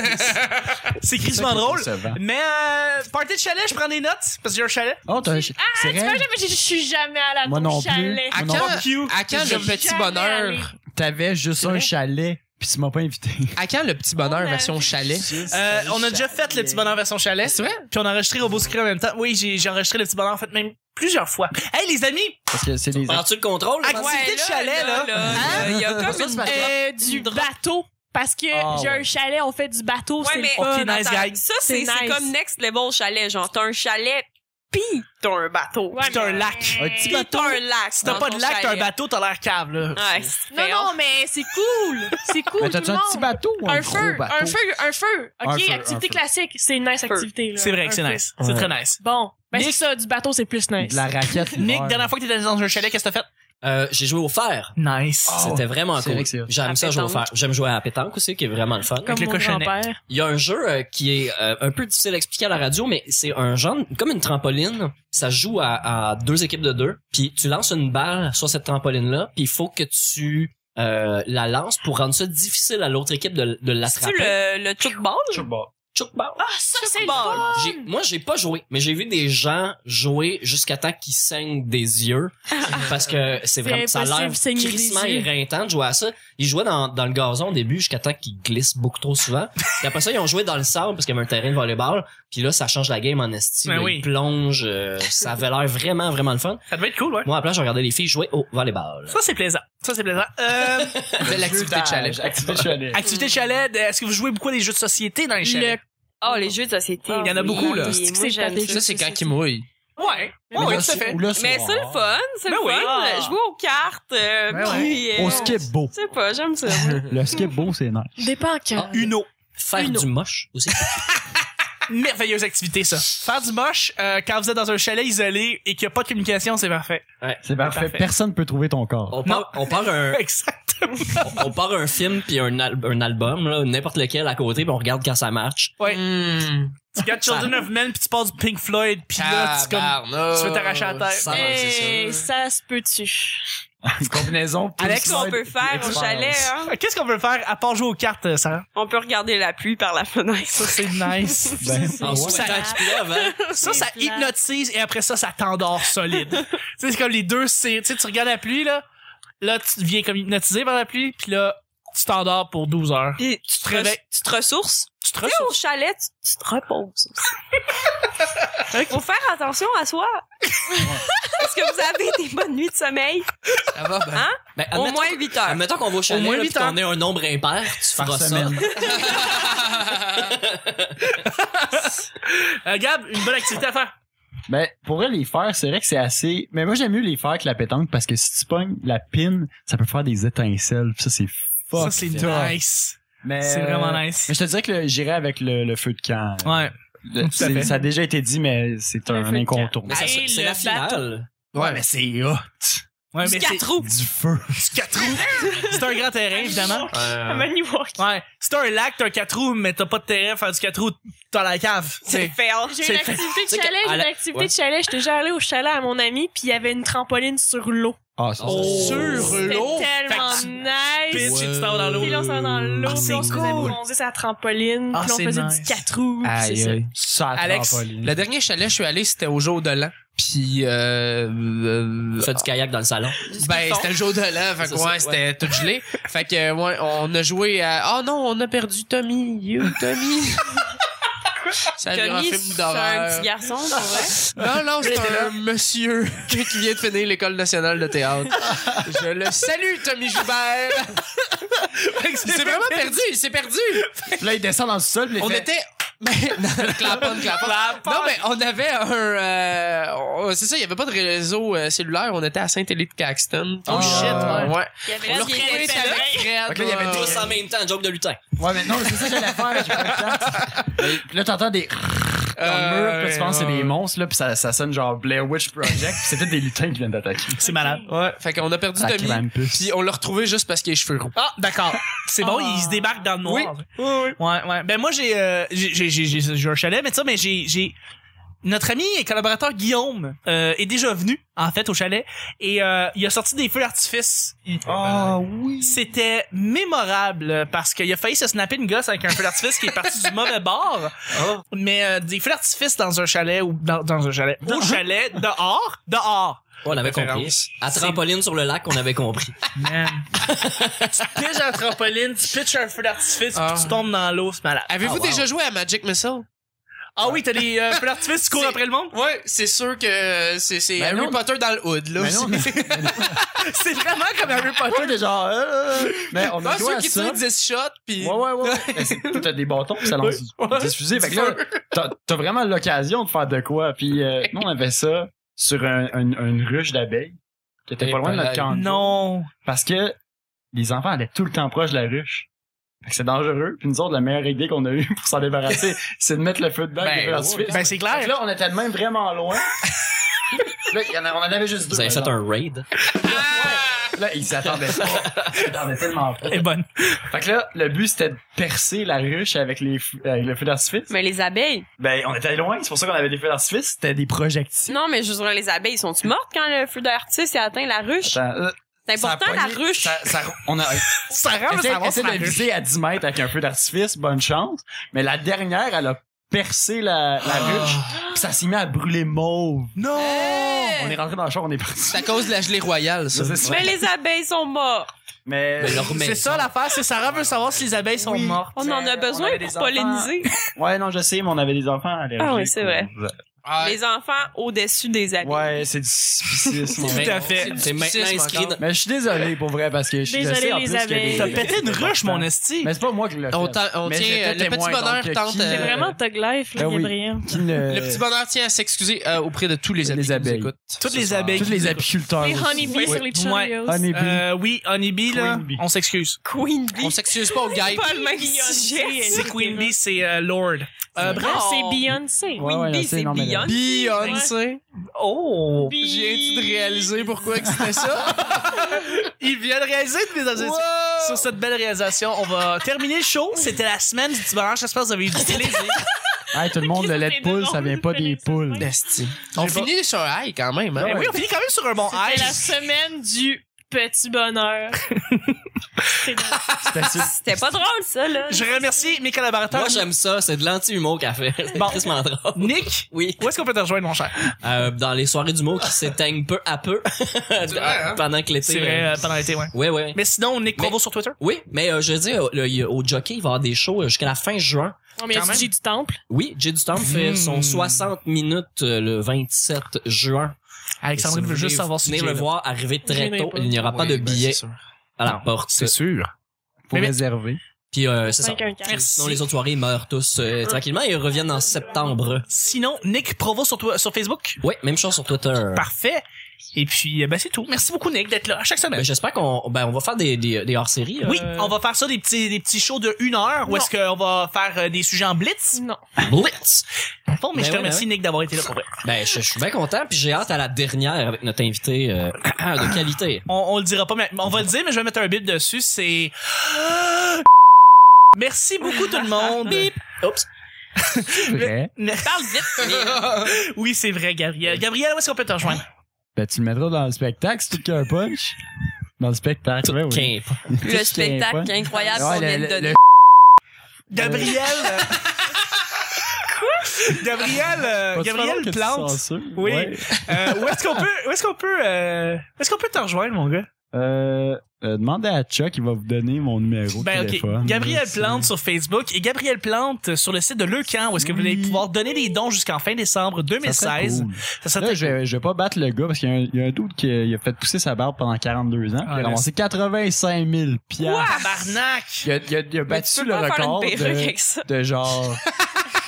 S2: C'est crissement drôle. Mais euh, party de chalet, je prends des notes parce que j'ai un chalet.
S4: Oh, t'as un ch- c'est
S3: Tu vois,
S4: vrai?
S3: jamais- je je suis jamais à la
S4: Moi non
S3: ton
S4: plus.
S3: chalet.
S6: À
S4: Non,
S6: quand,
S2: barbecue.
S6: à quand
S3: Je
S6: le
S3: suis
S6: petit
S3: jamais allée.
S6: bonheur?
S4: T'avais juste un chalet, puis tu m'as pas invité.
S6: À quand le petit bonheur
S3: On a-
S6: version chalet?
S2: Euh, on a déjà fait le petit bonheur version chalet.
S6: C'est vrai?
S2: Puis on a enregistré Robo Secret en même temps. Oui, j'ai j'ai enregistré le petit bonheur en fait même plusieurs fois. Hey les amis,
S4: Parce que c'est des.
S1: Prends-tu le contrôle?
S2: Ah, ouais. Activité de chalet, là.
S4: Hein?
S7: Il y a
S4: Ça,
S7: comme
S4: c'est
S7: une,
S4: pas grave.
S7: euh,
S3: Du
S7: du drap.
S3: bateau. Parce que
S4: Ah,
S3: j'ai
S4: ouais.
S3: un chalet, on fait du bateau, c'est
S7: Ouais,
S3: le
S7: mais euh,
S3: fun.
S2: Ok, nice
S7: Attends,
S2: guy.
S7: Ça,
S3: C'est
S7: c'est c'est
S3: nice.
S7: comme next level chalet. Genre, t'as un chalet, pis t'as un bateau.
S3: Ouais,
S2: c'est un
S3: mais-
S2: lac.
S4: Un petit
S7: Pis t'as un lac.
S2: Si t'as
S7: dans
S2: pas
S7: ton
S2: de lac, t'as un
S7: chalet.
S2: bateau, t'as l'air cave là.
S7: Ouais, c'est
S3: Non,
S7: fait,
S3: non, mais c'est cool. C'est cool.
S4: Mais
S3: tout
S4: t'as-tu
S3: le
S4: un
S3: monde.
S4: petit bateau ou un,
S3: un
S4: gros
S3: feu,
S4: bateau?
S3: un feu, un feu.
S4: Un
S3: OK,
S4: feu,
S3: activité
S4: un feu.
S3: classique, c'est une nice
S7: Feu.
S3: activité. là.
S2: C'est vrai que
S3: Un
S2: c'est
S3: feu.
S2: nice. C'est très nice.
S3: Bon, ben
S2: Nick-
S3: c'est ça, du bateau, c'est plus nice.
S4: De la raquette.
S2: Nick,
S4: l'hiver.
S2: dernière fois que t'étais dans un chalet, qu'est-ce que t'as fait? Oh.
S1: Euh, j'ai joué au fer.
S2: Nice.
S4: Ah,
S1: C'était vraiment
S4: c'est
S1: cool.
S4: vrai que c'est hot.
S1: J'aime
S7: À
S1: ça jouer au fer.
S7: pétanque.
S1: J'aime jouer à la pétanque aussi, qui est vraiment le fun.
S3: Comme
S2: Avec le
S3: mon
S2: cochonnet.
S3: grand-père.
S1: Il y a un jeu euh, qui est euh, un peu difficile à expliquer à la radio, mais c'est un genre comme une trampoline. Ça se joue à, à deux équipes de deux. Puis tu lances une balle sur cette trampoline-là, puis il faut que tu euh, la lances pour rendre ça difficile à l'autre équipe de, de
S7: C'est-tu
S1: l'attraper.
S7: le, le chuck ball?
S1: Chuck ball.
S3: Ah, ça, c'est le
S7: Football.
S3: fun.
S1: J'ai- moi, j'ai pas joué, mais j'ai vu des gens jouer jusqu'à temps qu'ils saignent des yeux. parce que c'est vraiment, ça a l'air
S3: impossible de saigner des
S1: crissement
S3: yeux.
S1: éreintant de jouer à ça. Ils jouaient dans, dans le gazon au début jusqu'à temps qu'ils glissent beaucoup trop souvent. Puis après ça, ils ont joué dans le sable parce qu'il y avait un terrain de volleyball. Puis là, ça change la game en esti.
S2: Ben
S1: Là,
S2: oui.
S1: Ils plongent. euh, ça avait l'air vraiment, vraiment le fun.
S2: Ça devait être cool, ouais.
S1: Moi, après, je regardais les filles jouer au volleyball.
S2: Ça, c'est plaisant. Ça, c'est plaisant. Euh,
S6: C'était l'activité de chalet.
S4: Activité de chalet.
S2: activité de chalet, de- est-ce que vous jouez beaucoup à des jeux de société dans les chalets?
S7: Ah, les jeux de société.
S2: Il y en a beaucoup, là.
S7: Moi,
S3: C'est que c'est
S7: j'aime
S3: paté.
S6: Ça, c'est quand qui mouille.
S2: Ouais.
S4: Mais
S2: Ouais,
S4: là,
S2: tout à
S4: c'est-
S2: fait.
S4: ou là,
S7: Mais
S4: soir.
S7: c'est le fun, c'est
S2: Ben
S7: le
S2: oui.
S7: fun.
S2: Ah.
S7: Jouer aux cartes, euh,
S2: Ben
S7: puis... euh,
S4: Au skip beau.
S7: Je sais pas, j'aime ça. moi.
S4: Le skip beau, c'est nice.
S3: Des pancartes.
S1: Ah,
S2: Uno.
S1: Faire
S3: Uno.
S1: du moche aussi.
S2: Merveilleuse activité, ça. Faire du moche, euh, quand vous êtes dans un chalet isolé et qu'il n'y a pas de communication, c'est parfait.
S4: C'est parfait.
S2: Parfait.
S4: Personne peut trouver ton corps.
S1: On part, on part un,
S2: Exact.
S1: on- on part un film puis un, al- un album, là, n'importe lequel à côté, puis on regarde quand ça marche.
S2: Ouais.
S6: Hum,
S2: Tu regardes Children of Men puis tu passes du Pink Floyd puis là,
S4: Ah,
S2: tu,
S4: bah.
S2: comme, tu veux t'arracher la tête.
S1: Ça,
S3: Eh,
S1: Ah, c'est sûr.
S3: ça se peut-tu?
S4: Une combinaison. puis
S2: Alex,
S4: une
S7: Qu'est-ce qu'on peut faire au
S4: expérience.
S7: chalet? Hein?
S2: Ah, Qu'est-ce qu'on peut faire à part jouer aux cartes, euh, Sarah?
S7: On peut regarder la pluie par la fenêtre.
S2: Ça, c'est nice.
S4: Ben,
S1: En
S4: ouais.
S1: souhaitant qu'il pleuve, hein.
S2: ça, ça
S3: plate.
S2: hypnotise et après ça, ça t'endort solide. tu sais, c'est comme les deux, c'est, tu sais, tu regardes la pluie, là. Là, tu viens comme hypnotisé par la pluie puis là, tu t'endors pour 12 heures.
S7: Puis tu te,
S2: Très bien.
S7: re- tu te ressources.
S2: Tu te
S7: Tu sais,
S2: ressources.
S7: au chalet, tu, tu te reposes aussi. Faut faire attention à soi. Est-ce que vous avez des bonnes nuits de sommeil?
S6: Ça va, ben.
S7: Hein?
S1: Ben,
S7: Au
S1: admettons-
S7: moins 8 heures.
S1: Admettons qu'on va au chalet,
S2: Au moins
S1: là,
S2: huit
S1: puis qu'on
S2: heures.
S1: ait un nombre impair, tu
S4: Par
S1: feras ça.
S4: semaine.
S2: Euh, Gab, une bonne activité à faire.
S4: Ben, pour vrai, les fers, c'est vrai que c'est assez. Mais moi, j'aime mieux les fers que la pétanque parce que si tu pognes la pine, ça peut faire des étincelles. Puis ça, c'est fuck.
S2: ça, c'est
S4: tough.
S2: nice.
S4: Mais,
S2: C'est
S4: euh,
S2: vraiment nice.
S4: Mais je te dirais que le- j'irais avec le, le feu de camp.
S2: Ouais.
S4: Le-
S2: tout à
S4: c'est-
S2: fait.
S4: ça a déjà été dit, mais c'est
S3: Le
S4: un
S3: feu de camp.
S4: incontournable.
S1: Mais ça,
S3: Hey,
S1: c'est
S3: le
S1: la finale.
S4: Ouais, mais c'est hot.
S2: Ouais,
S7: du
S2: mais c'est-
S7: quatre roues.
S4: Du feu.
S2: du quatre roues. C'est un grand terrain, évidemment.
S3: À Money Walk.
S2: Ouais. C'est un lac, t'as un quatre roues, mais t'as pas de terrain, faire du quatre roues dans la cave.
S7: C'est
S2: C'est
S7: fail.
S3: J'ai
S2: C'est
S3: eu une
S2: fait-
S3: activité
S1: c'est
S3: de
S1: que-
S3: chalet, j'ai
S1: à
S3: eu une
S1: la-
S3: activité
S1: ouais.
S3: de chalet. J'étais déjà allé au chalet à mon ami, puis il y avait une trampoline sur l'eau.
S4: Ah, ça,
S1: Oh.
S4: c'est-
S2: sur l'eau.
S3: C'était tellement
S2: Fait que tu
S3: nice.
S2: pitches et tu t'en vas dans l'eau.
S3: Puis là, on s'en va dans l'eau,
S2: Ah,
S3: puis
S2: c'est
S3: on se faisait
S2: cool.
S3: bronzer sur la trampoline,
S2: Ah,
S3: puis on
S2: c'est
S3: faisait
S2: nice.
S3: du quatre roues. puis c'est
S6: Aïe,
S3: ça.
S6: aïe.
S4: Ça
S6: Alex, le dernier chalet que je suis allé, c'était au jour de l'an. Puis, euh, euh,
S1: Fait du kayak dans le salon.
S6: ben, c'était le jour de l'an, fait que
S1: C'est ça,
S6: ouais, c'était tout gelé. Fait que, euh, ouais, on a joué à. Oh non, on a perdu Tommy. You, Tommy. Ça vire un
S7: Tommy,
S6: film
S7: c'est un petit
S6: d'horreur.
S7: garçon, pour vrai.
S6: Non, non, c'est un monsieur qui vient de finir l'École nationale de théâtre. Je le salue, Tommy Joubert. Il s'est vraiment perdu, il s'est perdu.
S4: Là, il descend dans le sol. puis il
S6: On
S4: fait-
S6: était. Mais, non, clapon, clapon. Non, mais on avait un. euh, on- c'est ça, il n'y avait pas de réseau euh, cellulaire. On était à Saint-Élie de Caxton.
S4: Oh, shit, ouais.
S6: ouais.
S7: Il y
S6: On
S7: avait
S6: l'a
S7: il était
S6: retrouvé avec
S7: faible.
S6: Fred. euh,
S4: Fait que là, il y avait
S6: Ah ouais,
S4: des-
S6: ouais.
S1: Tous en même temps, joke de lutin.
S4: Ouais, mais non, c'est ça que j'allais faire. J'ai pas le temps. Puis Là, t'entends des dans le mur, puis là, tu penses que c'est des monstres, là, puis ça, ça sonne genre Blair Witch Project, puis c'était des lutins qui viennent d'attaquer.
S2: C'est malade.
S6: Ouais, fait qu'on a perdu
S4: Ça
S6: Tommy.
S4: crame plus.
S6: Puis on l'a retrouvé juste parce qu'il a les cheveux roux.
S2: Ah, d'accord. C'est bon, il se débarque dans le noir.
S6: Oui.
S2: Ouais, ouais. Ben moi j'ai euh, j'ai j'ai- j'ai j'ai- j'ai un chalet, mais tu sais, mais j'ai j'ai notre ami et collaborateur Guillaume euh, est déjà venu en fait au chalet et euh, il a sorti des feux d'artifice.
S4: Ah oui!
S2: C'était mémorable parce qu'il a failli se snapper une gosse avec un feu d'artifice qui est parti du mauvais bord. Mais euh, des feux d'artifice dans un chalet ou dans, dans un chalet, au chalet dehors, dehors.
S1: On avait compris.
S6: Référence.
S1: À trampoline sur le lac, on avait compris.
S2: Man. tu pitches à la trampoline, tu pitches un feu d'artifice,
S6: Ah.
S2: puis tu tombes dans l'eau, c'est malade.
S6: Avez-vous
S1: Ah, wow.
S6: déjà joué à Magic Missile?
S2: Ah oui, t'as les euh, feux d'artifice, tu cours
S6: C'est-
S2: après le monde.
S6: Ouais, c'est sûr que euh, c'est c'est
S4: Ben
S6: Harry
S4: non.
S6: Potter dans le hood, là.
S4: Mais non, mais-
S2: C'est vraiment comme Harry Potter.
S4: Toi, t'es genre, euh, euh, mais on a
S6: Ah,
S4: joué
S6: ceux
S4: à
S6: qui
S4: ça.
S6: tirent 10 shots, puis...
S4: Ouais, ouais, ouais. Mais Ben, c'est- toi, T'as des bâtons, puis ça lance du-
S6: Ouais.
S4: des fusées. Fait que là, t'as- t'as vraiment l'occasion de faire de quoi. Puis, euh, nous, on avait ça sur un, un- une ruche d'abeilles qui était
S6: Et
S4: pas loin de notre
S6: pareil.
S4: camp.
S2: Ah, Non.
S4: Parce que les enfants allaient tout le temps proche de la ruche. Fait que c'est dangereux. Puis nous autres, la meilleure idée qu'on a eue pour s'en débarrasser, c'est de mettre le feu de bague
S6: Ben,
S4: et de faire
S6: ouais.
S4: l'artifice.
S2: Ben c'est
S4: Fait que
S2: clair.
S4: là, on était de même vraiment loin. là, il y en a- on en avait juste deux.
S1: Vous avez fait un raid.
S4: Là, ils s'attendaient pas. Ils s'attendaient tellement pas.
S2: Elle est bonne.
S4: Fait que là, le but, c'était de percer la ruche avec, les, feux- avec le feu d'artifice.
S7: Mais les abeilles.
S4: Ben, on était loin. C'est pour ça qu'on avait des feux d'artifice. C'était des projectiles.
S7: Non, mais je veux dire, les abeilles, sont-tu mortes quand le feu d'artifice a atteint la ruche?
S4: Attends, là,
S7: C'est
S4: ça a
S7: important, la
S4: pogné-
S7: ruche.
S4: ça- ça- on a,
S2: Ça rend
S4: Essaye, essaye de viser à 10 mètres avec un feu d'artifice, bonne chance. Mais la dernière, elle a percé la, la ruche, puis ça s'est mis à brûler mauve.
S2: Ah. Non.
S4: On est rentré dans le char, on est parti.
S6: C'est à cause de la gelée royale, ça.
S4: Ça, c'est-
S7: Mais les abeilles sont mortes.
S4: Mais,
S1: Mais leur
S2: C'est
S1: maison.
S2: ça l'affaire, c'est Sarah veut savoir si les abeilles sont
S4: Oui.
S2: mortes.
S7: On en
S4: Euh,
S7: a besoin
S4: on avait
S7: pour
S4: des enfants.
S7: polliniser.
S4: ouais, non, je sais, mais on avait des enfants allergiques.
S7: Ah oui, c'est vrai.
S6: Ah,
S7: Les enfants au-dessus des abeilles.
S4: Ouais, c'est du spécisme.
S2: Tout
S1: Mais-
S2: à fait.
S1: C'est maintenant
S6: Sexisme
S1: inscrit
S6: encore.
S1: dans-
S4: mais je suis désolé pour vrai parce que je, je
S3: Désolé,
S4: sais en
S3: les
S4: plus qu'il y a des-
S3: abeilles.
S2: T'as pété une ruche, mon esti.
S4: Mais c'est pas moi qui l'ai fait.
S6: On t'a- on
S4: Mais
S6: tient,
S4: j'étais
S6: euh, le petit
S4: témoin,
S6: bonheur
S4: donc,
S6: tente,
S4: qui-
S6: euh,
S3: C'est vraiment Tug Life, là,
S4: Ben oui.
S3: Gabriel.
S4: qui ne-
S6: Le petit bonheur tient à s'excuser euh, auprès de tous les amis.
S4: Les
S6: qui nous
S4: abeilles.
S6: écoutent
S2: Toutes
S6: ce
S2: les
S6: soir.
S2: abeilles.
S4: Tous les apiculteurs.
S3: Les honeybees
S4: aussi.
S3: sur les
S2: Ah, Ouais.
S3: Cheerios.
S4: Honeybees.
S2: Euh, oui, Honeybee, là,
S4: Queen bee.
S2: on s'excuse.
S7: Queen Bee.
S6: On s'excuse pas aux gars.
S7: pas le même
S3: Beyoncé,
S7: sujet.
S3: elle
S2: C'est
S3: était
S2: Queen
S3: là.
S2: Bee, c'est euh, Lord. Euh, bref.
S3: Ah, c'est
S7: Oh.
S3: Beyoncé.
S4: Ouais, ouais,
S7: Queen
S4: je
S7: Bee,
S4: sais,
S7: c'est
S4: non, mais là-
S7: Beyoncé.
S6: Beyoncé.
S2: Oh.
S6: J'ai-tu de réaliser pourquoi que c'était ça?
S2: Il vient de réaliser de mes objectifs. Sur cette belle réalisation, on va terminer le show. C'était la semaine du dimanche. J'espère que vous avez eu du plaisir.
S4: Hey, tout le monde, le lait de poule, ça vient pas des poules.
S2: Ben,
S6: Esti. On finit sur un high quand même. hein?
S2: Eh oui, on finit quand même sur un bon
S3: C'est la
S2: high.
S3: semaine du petit bonheur. C'est drôle.
S4: C'était sûr.
S7: C'était pas drôle, ça, là.
S2: Je remercie mes collaborateurs.
S1: Moi, j'aime ça. C'est de l'anti-humour qu'elle fait. C'est
S2: Bon.
S1: crissement drôle.
S2: Nick,
S1: Oui.
S2: où est-ce qu'on peut te rejoindre, mon cher?
S1: Euh, dans les soirées d'humour qui s'éteignent peu à peu.
S6: hein?
S1: Pendant que l'été.
S2: C'est vrai, euh, pendant l'été, ouais.
S1: Oui, oui.
S2: Mais sinon, Nick
S1: Mais-
S2: Provo sur Twitter.
S1: Oui, mais euh, je veux dire, le- il y a- au jockey, il va y avoir des shows euh, jusqu'à la fin juin.
S3: Non, Oh, mais
S2: Quand même.
S3: j'ai du temple.
S1: Oui, Jay du Temple fait
S2: Hmm.
S1: son 60 minutes euh, le 27 juin.
S2: Alexandrine
S1: Et si
S2: veut
S1: vous
S2: juste
S1: voulez
S2: savoir si
S1: venir
S2: j'ai-
S1: le voir arriver très
S3: Gênez
S1: tôt.
S3: pas.
S1: Il n'y aura pas
S6: Oui,
S1: de
S6: ben,
S1: billets
S6: c'est sûr.
S1: à la
S4: Non,
S1: porte.
S4: sûr. Pour
S2: Mais-
S4: réserver.
S1: Puis euh, c'est ça.
S3: 514.
S1: Puis Sinon, les autres soirées ils meurent tous euh, tranquillement et ils reviennent en septembre.
S2: Sinon, Nick Provo sur, toi- sur Facebook.
S1: Oui, même chose sur Twitter.
S2: Parfait. Et puis, euh, ben, c'est tout. Merci beaucoup, Nick, d'être là à chaque semaine.
S1: Ben, j'espère qu'on ben, on va faire des, des, des hors-séries.
S2: oui,
S1: euh,
S2: on va faire ça des petits, des petits shows de une heure où
S3: Non.
S2: est-ce qu'on va faire euh, des sujets en blitz.
S3: Non.
S1: Blitz.
S2: Bon, mais
S1: Ben
S2: je te
S1: ouais,
S2: remercie,
S1: ben
S2: Nick, d'avoir été là pour vrai.
S1: Ben, je, je suis bien content, puis j'ai hâte à la dernière avec notre invité euh, de qualité.
S2: On, on le dira pas, mais on va le dire, mais je vais mettre un bip dessus. C'est. Merci beaucoup, tout le monde. Bip.
S1: Oups.
S4: Vrai.
S2: Parle vite. oui, c'est vrai, Gabriel. Gabriel, où est-ce qu'on peut te rejoindre?
S4: Ben, tu le mettras dans le spectacle, c'est tout qu'un punch. Dans le spectacle,
S1: Tout
S4: ben oui.
S1: camp.
S4: Tout
S7: Le
S4: ce qui est
S7: spectacle
S4: point.
S7: incroyable
S4: Ouais,
S7: qu'on vient
S4: le-
S7: de
S4: le-
S7: donner.
S2: Gabriel. euh, Gabriel, euh,
S4: Pas-tu falloir que
S2: Gabriel
S4: tu
S2: Plante.
S4: censures?
S2: Oui.
S4: Ouais.
S2: Euh, où est-ce qu'on peut, où est-ce qu'on peut, euh, où est-ce qu'on peut te rejoindre, mon gars?
S4: Euh, euh, demandez à Chuck, il va vous donner mon numéro
S2: Ben,
S4: de
S2: ok.
S4: téléphone.
S2: Gabriel Plante sur Facebook et Gabriel Plante sur le site de Le Camp où est-ce que vous allez
S4: Oui.
S2: pouvoir donner des dons jusqu'en fin décembre
S4: Ça serait
S2: 2016.
S4: cool.
S2: Ça serait
S4: Là, je vais, je vais pas battre le gars parce qu'il y a un, il y a un doute qui a, il a fait pousser sa barbe pendant 42 ans.
S2: Ah,
S4: il a
S2: là,
S4: ramassé 85 000
S2: Ouah,
S4: piastres.
S2: tabarnak!
S4: Il a, il a- il a battu le
S7: pas faire une
S4: record
S7: perruque
S4: de,
S6: Euh,
S7: avec ça.
S4: de genre...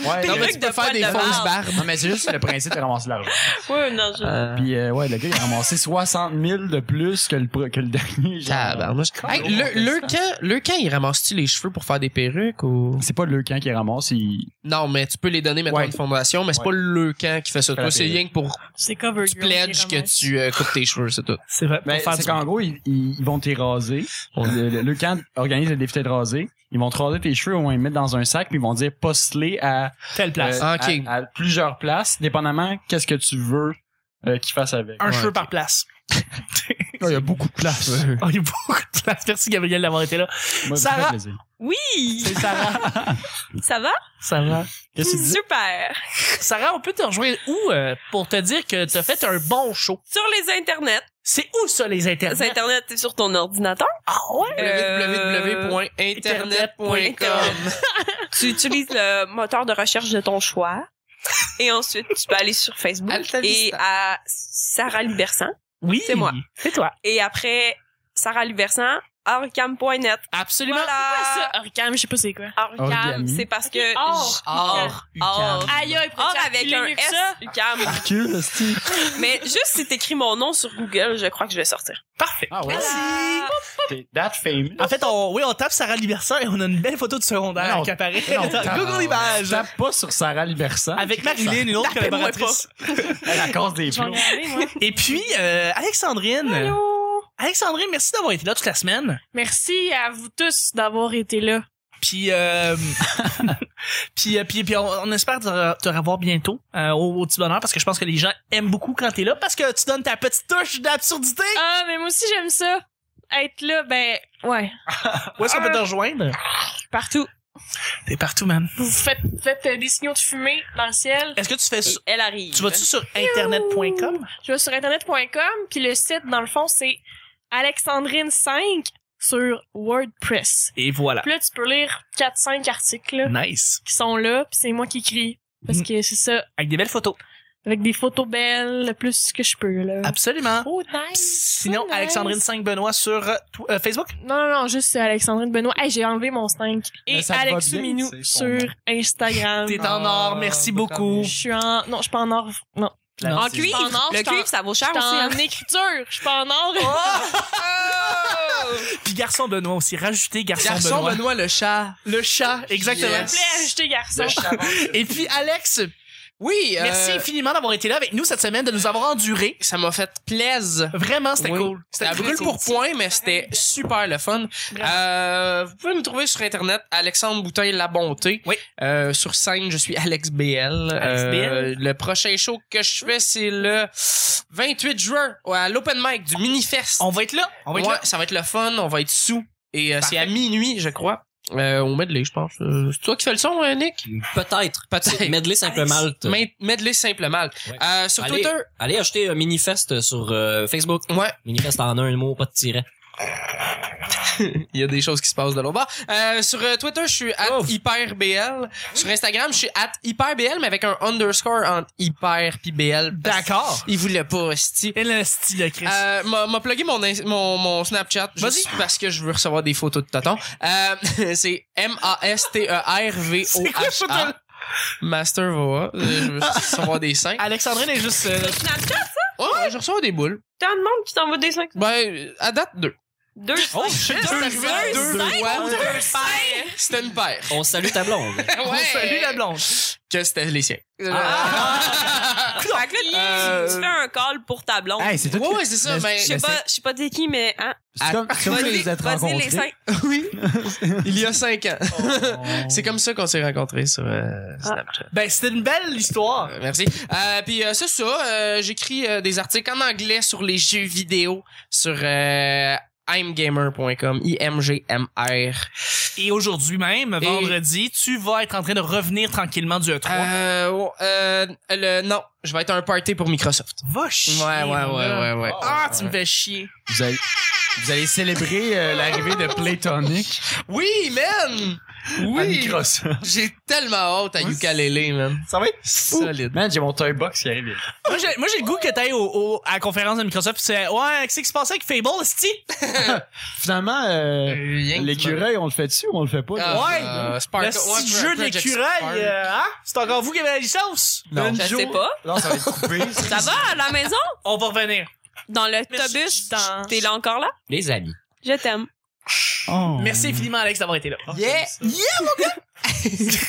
S4: Ouais,
S6: Non,
S4: non,
S6: mais tu
S7: de
S6: peux faire
S7: poil
S6: des
S7: de
S6: fausses
S7: barbe.
S6: barbes.
S4: mais- non, mais c'est juste le principe de ramasser l'argent.
S7: Ouais, non, je...
S4: Puis euh, ouais, le gars, il a ramassé 60 000 de plus que le, pre- que le dernier. genre.
S6: Tabarnouche. Hey, le, le, camp, le camp, il ramasse-tu les cheveux pour faire des perruques ou.
S4: C'est pas le camp qui ramasse, il...
S6: Non, mais tu peux les donner maintenant à
S4: Ouais.
S6: une fondation, mais c'est
S4: Ouais.
S6: pas le camp qui fait ça.
S4: Fait
S6: Toi,
S4: la
S6: c'est
S4: perruque.
S6: rien que pour.
S3: C'est cover
S6: Tu pledges que tu euh, coupes tes cheveux, c'est tout.
S2: C'est vrai. pour
S4: Ben,
S2: faire
S4: c'est
S2: du-
S4: qu'en gros, ils, ils- ils vont t'éraser. Le, le- le camp organise le défilé de raser. Ils vont te raser tes cheveux, ils vont les mettre dans un sac, puis ils vont dire poste-les à,
S2: telle place.
S4: euh,
S6: Ok.
S4: à, à plusieurs places, dépendamment qu'est-ce que tu veux euh, qu'ils fassent avec.
S2: un
S6: ouais,
S2: cheveu
S6: ok.
S2: par place.
S4: Il y a beaucoup de places.
S2: Oh, il y a beaucoup de place. Merci, Gabriel, d'avoir été là.
S4: Moi, ça me
S2: Sarah-
S4: fait plaisir.
S7: Oui!
S2: C'est Sarah.
S7: Ça va?
S2: Sarah.
S4: Qu'est-ce que tu dis?
S7: Super!
S2: Sarah, on peut te rejoindre où euh, pour te dire que t'as fait un bon show?
S7: Sur les internets.
S2: C'est où ça, les
S7: Les
S2: internets?
S7: internets, c'est sur ton ordinateur.
S2: Ah ouais?
S7: Euh,
S6: www.internet.com.
S7: Tu utilises le moteur de recherche de ton choix. Et ensuite, tu peux aller sur Facebook
S6: Alta
S7: et
S6: Vista.
S7: à Sarah Libersan.
S2: Oui.
S7: C'est moi.
S2: C'est toi.
S7: Et après, Sarah Libersan, orcam.net.
S2: Absolument.
S7: Voilà!
S3: Orcam, Ah, je sais pas c'est quoi.
S7: Orcam,
S4: Orgam.
S7: c'est parce que...
S3: Ok, or.
S7: j-
S2: Ah,
S7: Or. Or.
S3: Aïe, aïe,
S7: Or avec un S, UCAM.
S4: Hercule, hostie.
S7: Mais juste si t'écris mon nom sur Google, je crois que je vais sortir.
S2: Parfait.
S4: Ah ouais?
S7: Voilà.
S4: T'es that famous.
S2: En fait, on, oui, on tape Sarah Libersan et on a une belle photo de secondaire
S4: Non,
S2: qui apparaît
S4: non,
S2: dans
S4: tape-
S2: Google
S4: Je
S2: Images.
S4: Ah, tape pas sur Sarah Libersan.
S2: Avec Marilyn, une autre
S7: Tapez-moi
S2: collaboratrice.
S4: Elle la cause des
S3: Je vais
S4: plombs.
S3: regarder, moi.
S2: Et puis, euh, Alexandrine.
S3: Allô?
S2: Alexandrine, merci d'avoir été là toute la semaine.
S3: Merci à vous tous d'avoir été là.
S2: Puis, euh, puis, euh, puis, puis on, on espère te, te revoir bientôt euh, au, au petit bonheur parce que je pense que les gens aiment beaucoup quand t'es là parce que tu donnes ta petite touche d'absurdité.
S3: Ah, mais moi aussi, j'aime ça. Être là, ben, ouais.
S2: Où est-ce qu'on peut te rejoindre?
S3: Partout.
S2: T'es partout, man.
S3: Vous faites, faites euh, des signaux de fumée dans le ciel.
S2: Est-ce que tu fais ça?
S6: Euh,
S7: Elle arrive.
S2: Tu vas-tu sur internet.com?
S3: Je vais sur internet.com, puis le site, dans le fond, c'est Alexandrine5 sur WordPress.
S2: Et voilà.
S3: Puis là, tu peux lire 4-5 articles là,
S2: Nice.
S3: qui sont là, puis c'est moi qui écris.
S2: Mm.
S3: Parce que c'est ça,
S2: Avec des belles photos.
S3: avec des photos belles, le plus que je peux, là.
S2: Ah. Absolument.
S3: Oh,
S2: Psst,
S3: nice!
S2: Sinon,
S3: nice.
S2: Alexandrine 5 Benoît sur euh, tw- euh, Facebook.
S3: Non, non, non, juste euh, Alexandrine Benoît. Hey, j'ai enlevé mon 5.
S4: Mais
S2: Ben,
S3: Et
S4: ça te va
S3: Alexou
S4: bien,
S3: Minou
S4: c'est son
S3: sur
S4: nom.
S3: Instagram.
S2: T'es en or. Merci
S6: Ah,
S2: beaucoup.
S3: Je suis en... Non, je suis pas en or. Non.
S2: Non,
S7: En
S2: c'est-
S7: cuivre.
S3: Je suis en or, je
S7: le
S3: suis en-
S7: cuivre, ça vaut
S3: Je
S7: cher
S3: suis
S7: aussi. hein.
S3: en écriture. Je suis pas en or.
S2: Puis garçon Benoît aussi. Rajoutez garçon,
S6: Garçon
S2: Benoît.
S6: Benoît le chat.
S2: Le chat. Exactement.
S3: S'il vous plaît, ajoutez garçon.
S2: Et puis Alex,
S6: Oui, euh,
S2: merci infiniment d'avoir été là avec nous cette semaine, de nous avoir enduré.
S6: ça m'a fait plaisir.
S2: Vraiment, c'était
S6: Oui.
S2: cool.
S6: C'était
S2: C'était
S6: à brûle
S2: cool.
S6: pour point, mais c'était super le fun. Euh, vous pouvez me trouver sur Internet, Alexandre Bouteille La Bonté.
S2: Oui.
S6: Euh, sur scène, je suis Alex BL.
S2: Alex
S6: Euh, le prochain show que je fais, c'est le 28 juin à l'open mic du Minifest.
S2: On va être là. On va être
S6: Ouais,
S2: là.
S6: ça va être le fun, on va être sous. Et euh, c'est
S2: Parfait.
S6: à minuit, je crois. Euh, au medley, je pense. Euh, c'est toi qui fais le son, hein, Nick?
S1: Peut-être.
S6: Peut-être.
S1: Medley simple
S2: Alex,
S1: malte.
S6: Med- Medley simple mal.
S1: Ouais.
S6: Euh, sur
S1: Allez.
S6: Twitter.
S1: Allez acheter un Minifest sur euh, Facebook.
S6: Ouais.
S1: Minifest en un mot, pas de tiret.
S6: Il y a des choses qui se passent de l'autre bord. Euh, sur euh, Twitter, je suis at
S1: Ouf.
S6: hyperbl. Sur Instagram, je suis at hyperbl, mais avec un underscore entre hyper puis BL. parce
S2: D'accord.
S6: que Il voulait pas, hostie.
S2: Et le style de Chris.
S6: Euh, m'a m'a plugué mon, ins- mon, mon Snapchat juste parce que je veux recevoir des photos de tonton. Euh, c'est E
S2: C'est quoi, photo? Ah.
S6: M-A-S-T-E-R-V-O-H-A. Master Voa. Euh, Je veux recevoir des seins.
S2: Alexandrine est juste. euh,
S7: Snapchat?
S6: Ouais, je reçois des boules.
S7: Tant de monde qui t'envoie des 5.
S6: Ben, euh, à date, deux.
S7: Deux.
S1: Oh shit!
S6: C'est arrivé
S7: cinq,
S6: deux
S7: cinq,
S6: fois.
S7: deux, cinq.
S6: C'était une paire.
S1: On salue ta blonde.
S2: On salue la blonde. Ah.
S6: Que c'était les siens.
S7: Fait que là, tu- tu fais un call pour ta blonde.
S8: Hey, c'est tout.
S6: Ouais, ouais, c'est ça,
S8: Mais-
S6: mais.
S7: Je sais pas, je sais pas t'es qui, mais, hein.
S8: C'est comme, c'est comme ça que vous
S7: Vas-y,
S8: êtes
S7: vas-y, les
S8: rencontrés.
S7: cinq.
S6: Oui. Il y a cinq
S2: Oh.
S6: ans. C'est comme ça qu'on s'est rencontrés sur euh, Snapchat.
S2: Ben, c'était une belle histoire.
S6: Euh, Merci. Euh, Puis euh, c'est ça, euh, j'écris euh, des articles en anglais sur les jeux vidéo sur euh, imgamer.com, I-M-G-M-R.
S2: Et aujourd'hui même,
S6: Et-
S2: vendredi, tu vas être en train de revenir tranquillement du E E3.
S6: Euh, oh, euh, le, non, je vais être à un party pour Microsoft.
S2: Va chier.
S6: Ouais, ouais, ouais,
S2: mon gars.
S6: ouais, ouais.
S2: Ah, tu me fais chier.
S4: Vous allez, vous allez célébrer euh, l'arrivée de Playtonic
S6: Oui, man!
S4: à
S6: Oui!
S4: Microsoft.
S6: J'ai tellement hâte à ukulélé, man.
S4: Ça va être
S6: Solide.
S4: Man, j'ai mon toy box qui arrive.
S2: Moi, j'ai moi, j'ai le goût que t'ailles au, au- à la conférence de Microsoft pis c'est Ouais, qu'est-ce qui se passait avec Fable, Sti?
S8: Finalement, euh,
S6: Rien que
S8: l'écureuil, on le fait dessus ou on le fait pas?
S6: tu
S8: là?
S6: m'as-
S2: ouais.
S6: Euh, Spark-
S2: Le
S6: ouais,
S2: petit jeu de
S6: Project Spark.
S2: l'écureuil, euh, hein? C'est encore vous qui avez la licence?
S8: Non.
S7: Je sais pas.
S8: Non, ça va être coupé.
S7: Ça va à la maison?
S2: On va revenir.
S7: Dans l'autobus?
S2: dans-
S7: T'es là encore là?
S1: Les amis.
S7: Je t'aime.
S8: Oh.
S2: Merci infiniment, Alex, d'avoir été là. Yeah! Yeah, mon gars!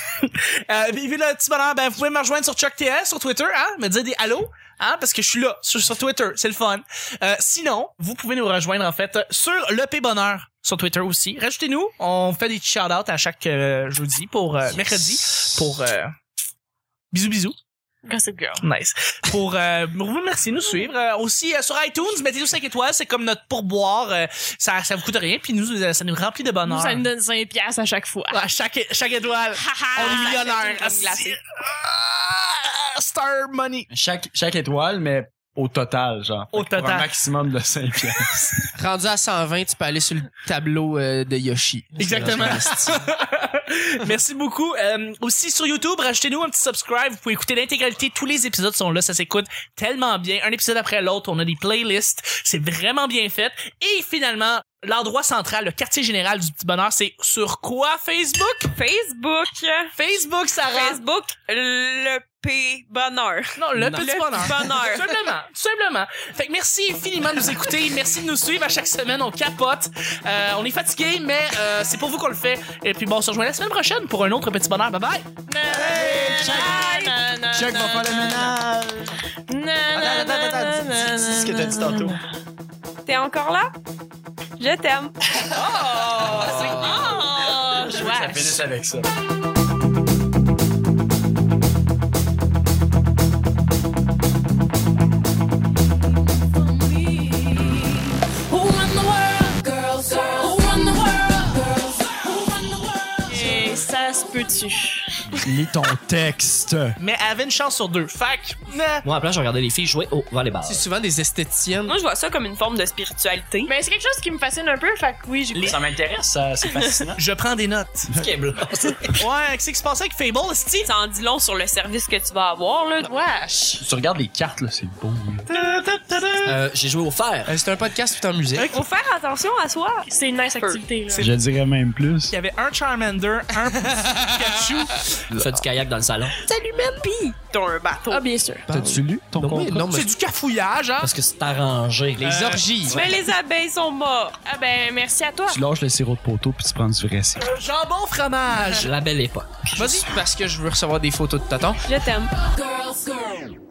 S2: euh, puis, puis le petit bonheur, ben, vous pouvez me rejoindre sur Chuck TS, sur Twitter, hein? Me dire des allo, hein? Parce que je suis là, sur, sur Twitter, c'est le fun. Euh, sinon, vous pouvez nous rejoindre, en fait, sur le P Bonheur, sur Twitter aussi. Rajoutez-nous, on fait des petits shout-outs à chaque euh, jeudi pour, euh, mercredi, pour, euh, bisous, bisous.
S3: Gossip Girl.
S2: Nice. Pour euh, vous remercier de nous suivre. Euh, aussi euh, sur iTunes, mettez-nous 5 étoiles, c'est comme notre pourboire. euh, ça, ça vous coûte rien, puis nous, euh, ça nous remplit de bonheur.
S3: Nous, ça nous donne 5 piastres à chaque fois.
S2: à chaque, chaque étoile, on est millionnaire.
S7: Ça fait une glacée.
S2: Ah, Star money.
S8: Chaque, chaque étoile, mais au total, genre.
S2: Au
S8: Fait que pour
S2: total.
S8: Un maximum de 5 piastres.
S6: Rendu à 120, tu peux aller sur le tableau euh, de Yoshi.
S2: Exactement. Merci beaucoup. Euh, aussi sur YouTube, rajoutez-nous un petit subscribe. Vous pouvez écouter l'intégralité. Tous les épisodes sont là. Ça s'écoute tellement bien. Un épisode après l'autre, on a des playlists. C'est vraiment bien fait. Et finalement, l'endroit central, le quartier général du petit bonheur, c'est sur quoi Facebook?
S7: Facebook.
S2: Facebook, Sarah.
S7: Facebook, le P bonheur.
S2: Non, le
S7: Non.
S2: petit
S7: Le
S2: bonheur.
S7: Petit Bonheur.
S2: Tout simplement, tout simplement. Fait que merci infiniment de nous écouter, merci de nous suivre à chaque semaine, on capote. Euh, on est fatigué, mais euh, c'est pour vous qu'on le fait. Et puis bon, on se rejoint la semaine prochaine pour un autre petit bonheur. Bye bye.
S7: Bye.
S8: Chuck va faire le ménage. Attends, attends, attends, dis- dis- dis ce que t'as dit tantôt.
S7: T'es encore là? Je t'aime. Oh!
S8: Je veux que ça finisse avec ça.
S3: Et ça se peut-tu?
S8: Lis ton texte.
S2: Mais elle avait une chance sur deux. Fait que, nah.
S1: Moi, après, je regardais les filles jouer au volleyball.
S6: C'est souvent des esthéticiennes.
S7: Moi, je vois ça comme une forme de spiritualité.
S3: Mais c'est quelque chose qui me fascine un peu, fait que oui, j'ai
S8: Ça m'intéresse, ça, c'est fascinant.
S2: je prends des notes. Ouais, qu'est-ce qui se passait avec Fable, Sti?
S7: Ça en dit long sur le service que tu vas avoir, là.
S3: Wesh!
S8: tu regardes les cartes, là, c'est beau.
S1: Euh, J'ai joué au fer.
S6: Euh, c'est un podcast tout en musique.
S7: Faut faire attention à soi.
S3: C'est une nice activité, là.
S8: Je dirais même plus.
S2: Il y avait un Charmander, un Pikachu.
S1: On fait du kayak dans le salon.
S7: T'as un bateau.
S3: Ah, bien sûr.
S8: T'as-tu lu ton
S6: Non, mais-
S8: contrat?
S6: non, mais-
S2: C'est du cafouillage, hein?
S1: Parce que c'est arrangé.
S6: Les
S8: Euh,
S6: orgies.
S7: Mais les abeilles sont mortes.
S3: Ah, ben, merci à toi.
S8: Tu lâches le sirop de poteau puis tu prends du vrai sirop.
S2: Jambon fromage.
S1: La belle époque.
S6: Vas-y. Parce que je veux recevoir des photos de tonton.
S7: Je t'aime.
S9: Girls, girl.